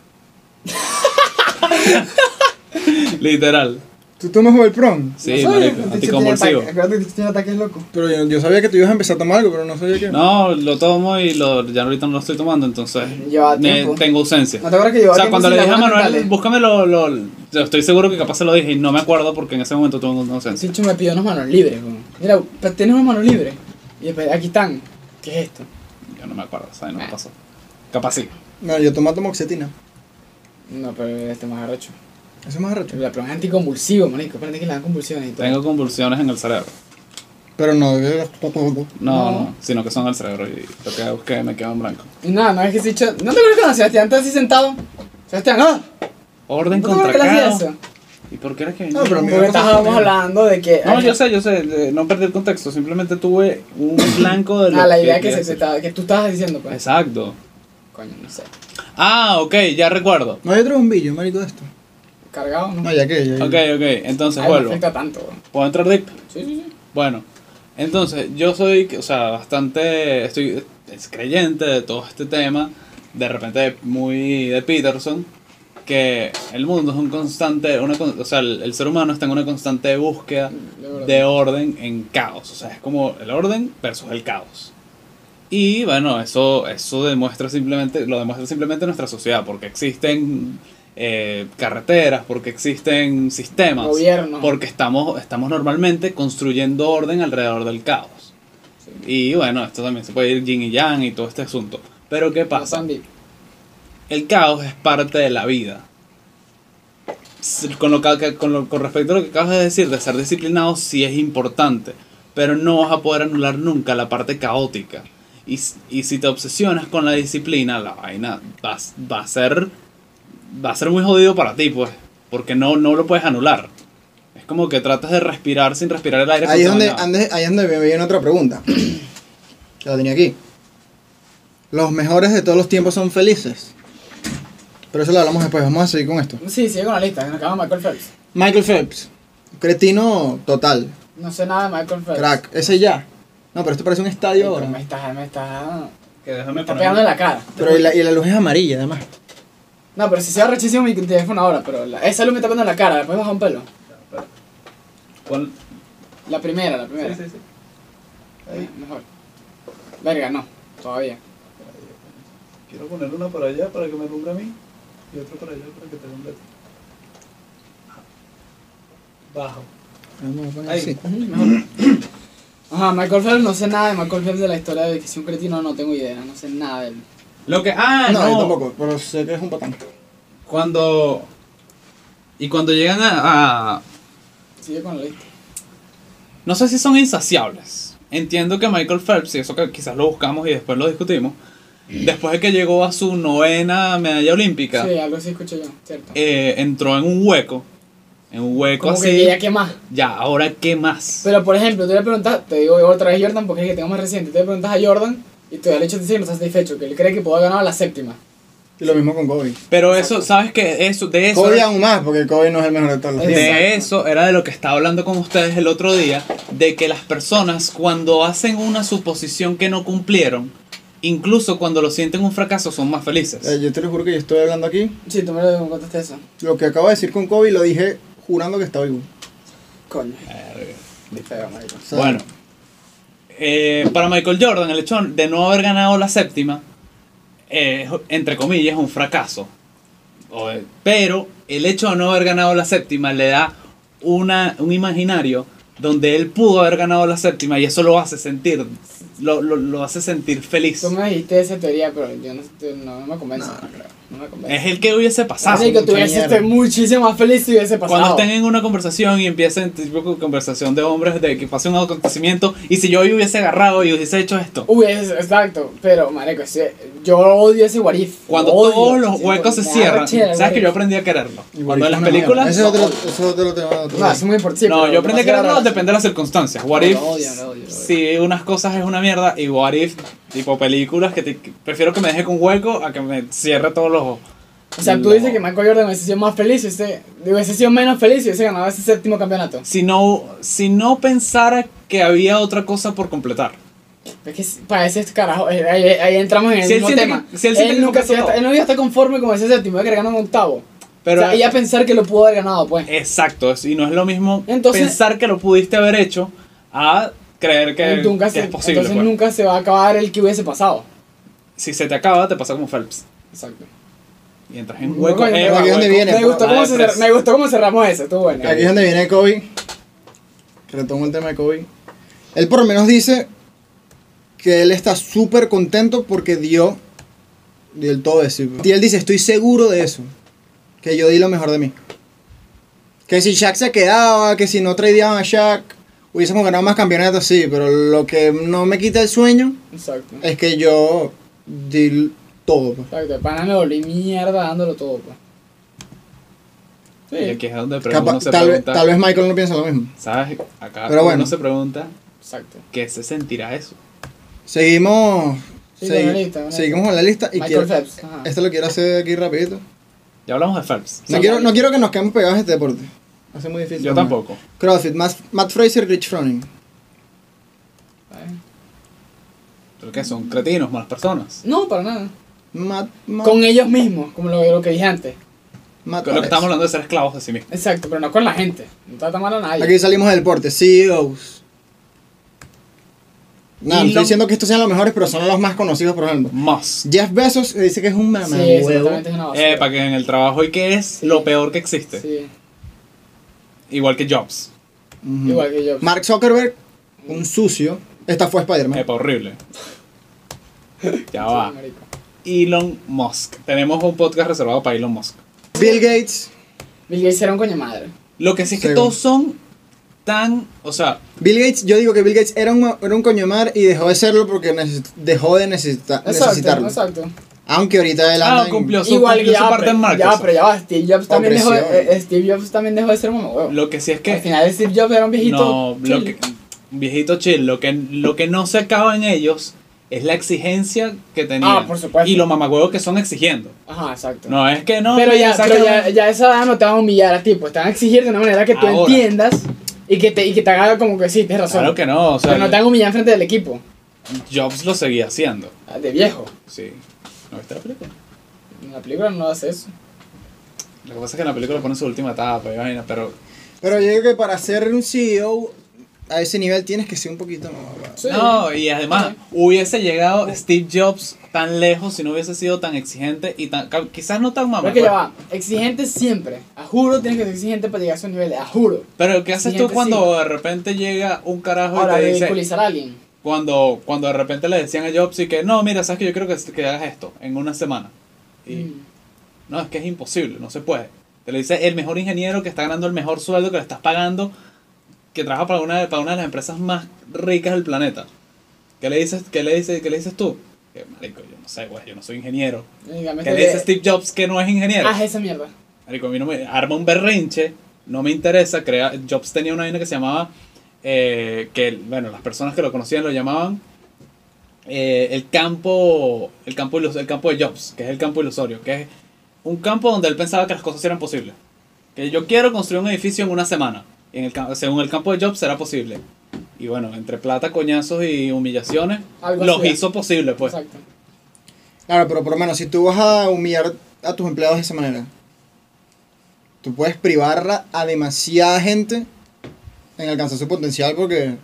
[SPEAKER 1] Literal.
[SPEAKER 3] ¿Tú tomas Valpron?
[SPEAKER 1] Sí,
[SPEAKER 2] No sé,
[SPEAKER 1] marico,
[SPEAKER 2] Cristian
[SPEAKER 1] anticonvulsivo.
[SPEAKER 2] tiene ataque, Acuérdate que tiene ataques locos.
[SPEAKER 3] Pero yo, yo sabía que tú ibas a empezar a tomar algo, pero no sabía qué.
[SPEAKER 1] No, lo tomo y lo, ya ahorita no lo estoy tomando, entonces
[SPEAKER 2] Lleva
[SPEAKER 1] me-
[SPEAKER 2] tiempo.
[SPEAKER 1] tengo ausencia.
[SPEAKER 2] ¿No te acuerdas que yo
[SPEAKER 1] o sea, cuando le dije a Manuel, búscame lo, lo- yo Estoy seguro que capaz se lo dije y no me acuerdo porque en ese momento tuve una ausencia.
[SPEAKER 2] Sincho me pidió unos manos libres. como, Mira, pero tienes unos manos libres. Y después, aquí están. ¿Qué es esto?
[SPEAKER 1] Yo no me acuerdo, ¿sabes? No
[SPEAKER 2] Ah.
[SPEAKER 1] me pasó. Capaz sí.
[SPEAKER 3] No, yo tomo tomoxetina.
[SPEAKER 2] No, pero este es más arrocho.
[SPEAKER 3] Eso es más arrecho.
[SPEAKER 2] La prueba es anticonvulsivo, marico. Espérate que le dan convulsiones y todo.
[SPEAKER 1] Tengo convulsiones en el cerebro.
[SPEAKER 3] Pero no, yo-
[SPEAKER 1] No,
[SPEAKER 2] No.
[SPEAKER 1] no, sino que son el cerebro y lo que hago es que me quedo en blanco.
[SPEAKER 2] Y nada, no es que Sincho. ¿No te acuerdas cuando Sebastián está así sentado? Sebastián, no.
[SPEAKER 1] Orden
[SPEAKER 2] ¿No te
[SPEAKER 1] contra
[SPEAKER 2] acuerdas que le hacía
[SPEAKER 1] caos.
[SPEAKER 2] eso?
[SPEAKER 1] ¿Y por qué era que.?
[SPEAKER 3] No, pero a mí
[SPEAKER 2] Porque
[SPEAKER 3] me pasa
[SPEAKER 2] estábamos
[SPEAKER 3] también.
[SPEAKER 2] hablando de que.
[SPEAKER 1] No, yo sé, yo sé, eh, no perdí el contexto, simplemente tuve un blanco de lo
[SPEAKER 2] A Ah, la idea que,
[SPEAKER 1] quería
[SPEAKER 2] se,
[SPEAKER 1] decir.
[SPEAKER 2] te estaba- que tú estabas diciendo, pues.
[SPEAKER 1] Exacto.
[SPEAKER 2] Coño, no sé.
[SPEAKER 1] Ah, ok, ya recuerdo.
[SPEAKER 3] No hay otro bombillo, marico, de esto.
[SPEAKER 2] Cargado, ¿no?
[SPEAKER 3] No, ya que. ya-
[SPEAKER 1] Ok, ok, entonces
[SPEAKER 2] Ay, me
[SPEAKER 1] vuelvo.
[SPEAKER 2] afecta tanto, weón.
[SPEAKER 1] ¿Puedo entrar deep?
[SPEAKER 2] Sí, sí, sí.
[SPEAKER 1] Bueno, entonces yo soy, o sea, bastante, estoy es creyente de todo este tema, de repente muy de Peterson, que el mundo es un constante, una, con- o sea, el, el ser humano está en una constante búsqueda
[SPEAKER 2] De verdad.
[SPEAKER 1] de orden en caos, o sea, es como el orden versus el caos. Y bueno, eso, eso demuestra simplemente, lo demuestra simplemente nuestra sociedad, porque existen eh, carreteras, porque existen sistemas.
[SPEAKER 2] Gobierno.
[SPEAKER 1] Porque estamos, estamos normalmente construyendo orden alrededor del caos. Y bueno, esto también se puede ir yin y yang y todo este asunto. Pero ¿qué
[SPEAKER 2] No,
[SPEAKER 1] pasa?
[SPEAKER 2] Sandy.
[SPEAKER 1] El caos es parte de la vida. S- Con, lo que- con, lo- con respecto a lo que acabas de decir, de ser disciplinado sí es importante, pero no vas a poder anular nunca la parte caótica. Y, s- y si te obsesionas con la disciplina, la vaina va, s- va a ser va a ser muy jodido para ti, pues, porque no, no lo puedes anular. Es como que tratas de respirar sin respirar el aire.
[SPEAKER 3] Ahí es donde,
[SPEAKER 1] contaminado.
[SPEAKER 3] andes- ahí es donde me viene otra pregunta. que la tenía aquí. Los mejores de todos los tiempos son felices. Pero eso lo hablamos después. Vamos a seguir con esto.
[SPEAKER 2] Sí, sigue con la lista. Nos acaba Michael Phelps.
[SPEAKER 3] Michael Phelps. Cretino total.
[SPEAKER 2] No sé nada de Michael Phelps.
[SPEAKER 3] Crack. Ese ya. No, pero esto parece un
[SPEAKER 2] Ay,
[SPEAKER 3] estadio
[SPEAKER 2] pero
[SPEAKER 3] ahora.
[SPEAKER 2] me está, me está,
[SPEAKER 1] Que déjame
[SPEAKER 2] me está
[SPEAKER 1] ponerme-
[SPEAKER 2] pegando en la cara.
[SPEAKER 3] Pero y la, y la luz es amarilla, además.
[SPEAKER 2] No, pero si se va rechísimo mi teléfono ahora, pero la- esa luz me está pegando en la cara. ¿Me puedes bajar un pelo?
[SPEAKER 1] ¿Cuál?
[SPEAKER 2] La primera, la primera.
[SPEAKER 1] Sí, sí, sí.
[SPEAKER 2] Ahí, mejor. Verga, no. Todavía.
[SPEAKER 1] Quiero poner una para allá para que me alumbre a mí y otra para allá para que te alumbre a ti. Ah. Bajo.
[SPEAKER 3] Vamos a poner
[SPEAKER 1] Ahí.
[SPEAKER 3] así.
[SPEAKER 2] Ujú, mejor. Ajá, Michael Phelps, no sé nada de Michael Phelps de la historia de que si un cretino no tengo idea, no sé nada de él.
[SPEAKER 1] Lo que. Ah,
[SPEAKER 3] no,
[SPEAKER 1] no.
[SPEAKER 3] yo tampoco, pero sé que es un patán.
[SPEAKER 1] Cuando. Y cuando llegan a- a
[SPEAKER 2] Sigue con la lista.
[SPEAKER 1] No sé si son insaciables. Entiendo que Michael Phelps, y eso que quizás lo buscamos y después lo discutimos, después de que llegó a su novena medalla olímpica,
[SPEAKER 2] Sí, algo así escuché yo, cierto.
[SPEAKER 1] eh, entró en un hueco. En un hueco
[SPEAKER 2] Como
[SPEAKER 1] así.
[SPEAKER 2] que ya qué más.
[SPEAKER 1] Ya, ahora qué más.
[SPEAKER 2] Pero por ejemplo, tú le preguntas, te digo otra vez Jordan porque es el que tengo más reciente, tú le preguntas a Jordan y tú le hecho dice que no estás satisfecho, que él cree que pudo haber ganado la séptima.
[SPEAKER 3] Y lo mismo con Kobe.
[SPEAKER 1] Pero eso, ¿sabes qué? Eso, de eso.
[SPEAKER 3] Kobe aún más, porque Kobe no es el mejor de todos los
[SPEAKER 2] Es-
[SPEAKER 3] tiempos.
[SPEAKER 1] De
[SPEAKER 2] Exacto.
[SPEAKER 1] eso era de lo que estaba hablando con ustedes el otro día, de que las personas cuando hacen una suposición que no cumplieron, incluso cuando lo sienten un fracaso, son más felices.
[SPEAKER 3] Eh, yo te lo juro que yo estoy hablando aquí.
[SPEAKER 2] Sí, tú me lo contaste eso.
[SPEAKER 3] Lo que acabo de decir con Kobe lo dije jurando que estaba vivo.
[SPEAKER 2] Coño.
[SPEAKER 1] Verga.
[SPEAKER 2] Feo, marico.
[SPEAKER 3] O sea,
[SPEAKER 1] Bueno, eh, para Michael Jordan, el hecho de no haber ganado la séptima, eh, es, entre comillas, un fracaso. O, eh, pero el hecho de no haber ganado la séptima le da una, un imaginario donde él pudo haber ganado la séptima y eso lo hace sentir, lo, lo- lo hace sentir feliz.
[SPEAKER 2] Tú me dijiste esa teoría, pero yo no, tú- no, no me convence.
[SPEAKER 3] No,
[SPEAKER 2] No, creo. no me
[SPEAKER 1] Es
[SPEAKER 2] convence.
[SPEAKER 1] el que hubiese pasado.
[SPEAKER 2] Así que tú
[SPEAKER 3] mucha
[SPEAKER 2] hubieses
[SPEAKER 3] mierda.
[SPEAKER 2] estado muchísimo más feliz si hubiese pasado.
[SPEAKER 1] Cuando estén en una conversación y empiecen este tipo conversación de hombres de que pase un acontecimiento y si yo hoy hubiese agarrado y hubiese hecho esto.
[SPEAKER 2] Hubiese, exacto, pero marico, ese- yo odio ese warif.
[SPEAKER 1] Cuando todos los huecos se cierran, ¿sabes que yo aprendí a quererlo?
[SPEAKER 3] igual
[SPEAKER 1] Cuando en
[SPEAKER 3] es
[SPEAKER 1] las
[SPEAKER 3] una mierda.
[SPEAKER 1] películas.
[SPEAKER 3] Ese es otro, ese es otro tema. otro
[SPEAKER 2] No,
[SPEAKER 3] tema.
[SPEAKER 2] es muy importante.
[SPEAKER 1] no, yo aprendí a quererlo depende de las circunstancias. What
[SPEAKER 2] No,
[SPEAKER 1] if.
[SPEAKER 2] lo odio, lo odio, lo
[SPEAKER 1] Si unas cosas es una mierda y what if, tipo películas que te- que prefiero que me deje con hueco a que me cierre todos los ojos.
[SPEAKER 2] O sea, tú
[SPEAKER 1] No.
[SPEAKER 2] dices que Michael Jordan hubiese sido más feliz, hubiese, hubiese sido menos feliz y hubiese ganado ese séptimo campeonato.
[SPEAKER 1] Si no, si no pensara que había otra cosa por completar.
[SPEAKER 2] Es que si- para ese carajo, eh, ahí, ahí entramos en el
[SPEAKER 1] Si él
[SPEAKER 2] mismo
[SPEAKER 1] siente
[SPEAKER 2] tema.
[SPEAKER 1] que- si él
[SPEAKER 2] él,
[SPEAKER 1] siente que
[SPEAKER 2] nunca
[SPEAKER 1] nunca
[SPEAKER 2] se iba a
[SPEAKER 1] todo.
[SPEAKER 2] estar- él no iba a estar conforme con ese séptimo, iba a querer ganar un octavo.
[SPEAKER 1] Pero.
[SPEAKER 2] o sea, y a pensar que lo pudo haber ganado, pues.
[SPEAKER 1] Exacto, es- y no es lo mismo
[SPEAKER 2] Entonces-
[SPEAKER 1] pensar que lo pudiste haber hecho a creer que,
[SPEAKER 2] nunca
[SPEAKER 1] que
[SPEAKER 2] se-
[SPEAKER 1] es posible.
[SPEAKER 2] entonces
[SPEAKER 1] pues.
[SPEAKER 2] nunca se va a acabar el que hubiese pasado.
[SPEAKER 1] Si se te acaba, te pasa como Phelps.
[SPEAKER 2] Exacto.
[SPEAKER 1] Y entras en
[SPEAKER 2] No,
[SPEAKER 1] hueco.
[SPEAKER 2] coño,
[SPEAKER 1] eh,
[SPEAKER 2] pero
[SPEAKER 1] hueco.
[SPEAKER 3] ¿de dónde viene? pues?
[SPEAKER 2] Me gustó,
[SPEAKER 1] Ah,
[SPEAKER 2] cómo
[SPEAKER 1] de
[SPEAKER 2] se
[SPEAKER 1] tres.
[SPEAKER 2] cer- me gustó cómo cerramos eso, estuvo bueno.
[SPEAKER 3] Aquí es donde viene Kobe. Retomo el tema de Kobe. Él por lo menos dice que él está súper contento porque dio, dio el todo de sí. Y él dice, estoy seguro de eso. Que yo di lo mejor de mí. Que si Shaq se quedaba, que si no tradeaban a Shaq, hubiésemos ganado más campeonatos, sí. Pero lo que no me quita el sueño
[SPEAKER 2] Exacto.
[SPEAKER 3] es que yo di todo. pues.
[SPEAKER 2] Exacto, de pana me volví mierda dándolo todo, pues.
[SPEAKER 1] Y
[SPEAKER 2] Sí,
[SPEAKER 1] aquí es donde
[SPEAKER 3] Capa-
[SPEAKER 1] uno se
[SPEAKER 3] tal, vez-
[SPEAKER 1] pregunta.
[SPEAKER 3] tal vez Michael no piensa lo mismo.
[SPEAKER 1] ¿Sabes? Acá
[SPEAKER 3] Pero bueno.
[SPEAKER 1] uno se pregunta
[SPEAKER 2] exacto.
[SPEAKER 1] qué se sentirá eso.
[SPEAKER 3] Seguimos.
[SPEAKER 2] Sí, con la
[SPEAKER 3] segui-
[SPEAKER 2] lista, con la
[SPEAKER 3] seguimos con la lista y
[SPEAKER 2] Michael
[SPEAKER 3] quiero,
[SPEAKER 2] Phelps. ajá.
[SPEAKER 3] esto lo quiero hacer aquí rapidito.
[SPEAKER 1] Ya hablamos de Phelps.
[SPEAKER 3] No
[SPEAKER 2] Sí.
[SPEAKER 3] quiero, no quiero que nos quedemos pegados a este deporte. Hace muy difícil.
[SPEAKER 1] Yo tampoco.
[SPEAKER 3] CrossFit, Matt, Matt Fraser, Rich Froning.
[SPEAKER 2] Vale.
[SPEAKER 1] Creo que son cretinos, malas personas.
[SPEAKER 2] No, para nada.
[SPEAKER 3] Matt, Matt,
[SPEAKER 2] Con ellos mismos, como lo, lo que dije antes.
[SPEAKER 3] Matt
[SPEAKER 1] Con lo que
[SPEAKER 3] Paredes.
[SPEAKER 1] estamos hablando de ser esclavos de sí mismos.
[SPEAKER 2] Exacto, pero no con la gente. No trata mal a nadie.
[SPEAKER 3] Aquí salimos del deporte, CEOs. Nada, no
[SPEAKER 1] Elon-
[SPEAKER 3] estoy diciendo que estos sean los mejores, pero son los más conocidos, por ejemplo.
[SPEAKER 1] Más.
[SPEAKER 3] Jeff Bezos se dice que es un
[SPEAKER 2] sí,
[SPEAKER 3] mamá
[SPEAKER 2] exactamente es una basura.
[SPEAKER 1] Eh, para que en el trabajo y que es
[SPEAKER 2] Sí.
[SPEAKER 1] lo peor que existe.
[SPEAKER 2] Sí,
[SPEAKER 1] Igual que Jobs.
[SPEAKER 2] igual que yo.
[SPEAKER 3] Mark Zuckerberg, un sucio. Esta fue Spider-Man.
[SPEAKER 1] Epa, horrible. ya
[SPEAKER 2] Sí,
[SPEAKER 1] Ah, va.
[SPEAKER 2] marico.
[SPEAKER 1] Elon Musk. Tenemos un podcast reservado para Elon Musk.
[SPEAKER 3] Bill Gates.
[SPEAKER 2] Bill Gates era un coño madre.
[SPEAKER 1] Lo que sí es que
[SPEAKER 3] Según.
[SPEAKER 1] todos son tan. O sea,
[SPEAKER 3] Bill Gates, yo digo que Bill Gates era un, era un coño de mar y dejó de serlo porque necesit- dejó de necesita-
[SPEAKER 2] Exacto,
[SPEAKER 3] necesitarlo.
[SPEAKER 2] exacto.
[SPEAKER 3] Aunque ahorita él
[SPEAKER 1] ah,
[SPEAKER 3] anda en-
[SPEAKER 1] cumplió su,
[SPEAKER 2] Igual que
[SPEAKER 1] cumplió su
[SPEAKER 2] ya,
[SPEAKER 1] parte en
[SPEAKER 2] pero,
[SPEAKER 1] Microsoft.
[SPEAKER 2] ya, pero ya va, Steve Jobs también dejó,
[SPEAKER 3] Opresión.
[SPEAKER 2] eh, Steve Jobs también dejó de ser mamá huevo.
[SPEAKER 1] Lo que sí es que.
[SPEAKER 2] Al final Steve Jobs era un viejito.
[SPEAKER 1] No, lo
[SPEAKER 2] chill.
[SPEAKER 1] que, viejito chill, lo que, lo que no se acaba en ellos es la exigencia que tenían.
[SPEAKER 2] Ah, por supuesto.
[SPEAKER 1] Y los mamagüeos que son exigiendo.
[SPEAKER 2] Ajá, exacto.
[SPEAKER 1] No, es que no.
[SPEAKER 2] pero ya,
[SPEAKER 1] saca-
[SPEAKER 2] pero ya, ya a esa edad no te van a humillar a ti, pues te van a exigir de una manera que tú
[SPEAKER 1] Ahora.
[SPEAKER 2] entiendas y que te, y que te haga como que sí, tienes razón.
[SPEAKER 1] Claro que no, o sea,
[SPEAKER 2] pero no te van a humillar frente del equipo,
[SPEAKER 1] Jobs lo seguía haciendo.
[SPEAKER 2] de viejo.
[SPEAKER 1] Sí. ¿No viste la película?
[SPEAKER 2] En la película no hace eso.
[SPEAKER 1] Lo que pasa es que en la película ponen su última etapa, y vaina, pero
[SPEAKER 3] Pero yo digo que para ser un CEO E a ese nivel tienes que ser un poquito más malvado.
[SPEAKER 2] Sí.
[SPEAKER 1] No, y además, hubiese llegado Steve Jobs tan lejos si no hubiese sido tan exigente y tan. ca- Quizás no tan pues. mamá.
[SPEAKER 2] Pero es que ya va, exigente siempre. A juro tienes que ser exigente para llegar a esos niveles, a juro.
[SPEAKER 1] Pero ¿qué haces tú
[SPEAKER 2] Siguiente,
[SPEAKER 1] cuando de repente llega un carajo
[SPEAKER 2] Ahora,
[SPEAKER 1] y te dice.
[SPEAKER 2] ridiculizar a alguien.
[SPEAKER 1] Cuando, cuando de repente le decían a Jobs y que no, mira, sabes que yo creo que, que hagas esto en una semana. Y
[SPEAKER 2] Mm.
[SPEAKER 1] no, es que es imposible, no se puede. Te lo dice el mejor ingeniero que está ganando el mejor sueldo que le estás pagando, que trabaja para una, de- para una de las empresas más ricas del planeta. ¿Qué le dices, qué le dices, qué le dices tú? Que marico, yo no sé, güey, yo no soy ingeniero.
[SPEAKER 2] Dígame,
[SPEAKER 1] ¿Qué le dice Steve Jobs que no es ingeniero?
[SPEAKER 2] Haz Ah, esa mierda.
[SPEAKER 1] Marico, a mí no me arma un berrinche, no me interesa. Crea, Jobs tenía una vaina que se llamaba, eh, que bueno, las personas que lo conocían lo llamaban eh, el campo, el campo, ilus- el campo de Jobs, que es el campo ilusorio, que es un campo donde él pensaba que las cosas eran posibles. Que yo quiero construir un edificio en una semana. Y en el, ca- según el campo de Jobs será posible. Y bueno, entre plata, coñazos y humillaciones,
[SPEAKER 2] Algo
[SPEAKER 1] los
[SPEAKER 2] así.
[SPEAKER 1] hizo posible, pues.
[SPEAKER 2] Exacto.
[SPEAKER 3] Claro, pero por lo menos si tú vas a humillar a tus empleados de esa manera, tú puedes privar a- a demasiada gente en alcanzar su potencial porque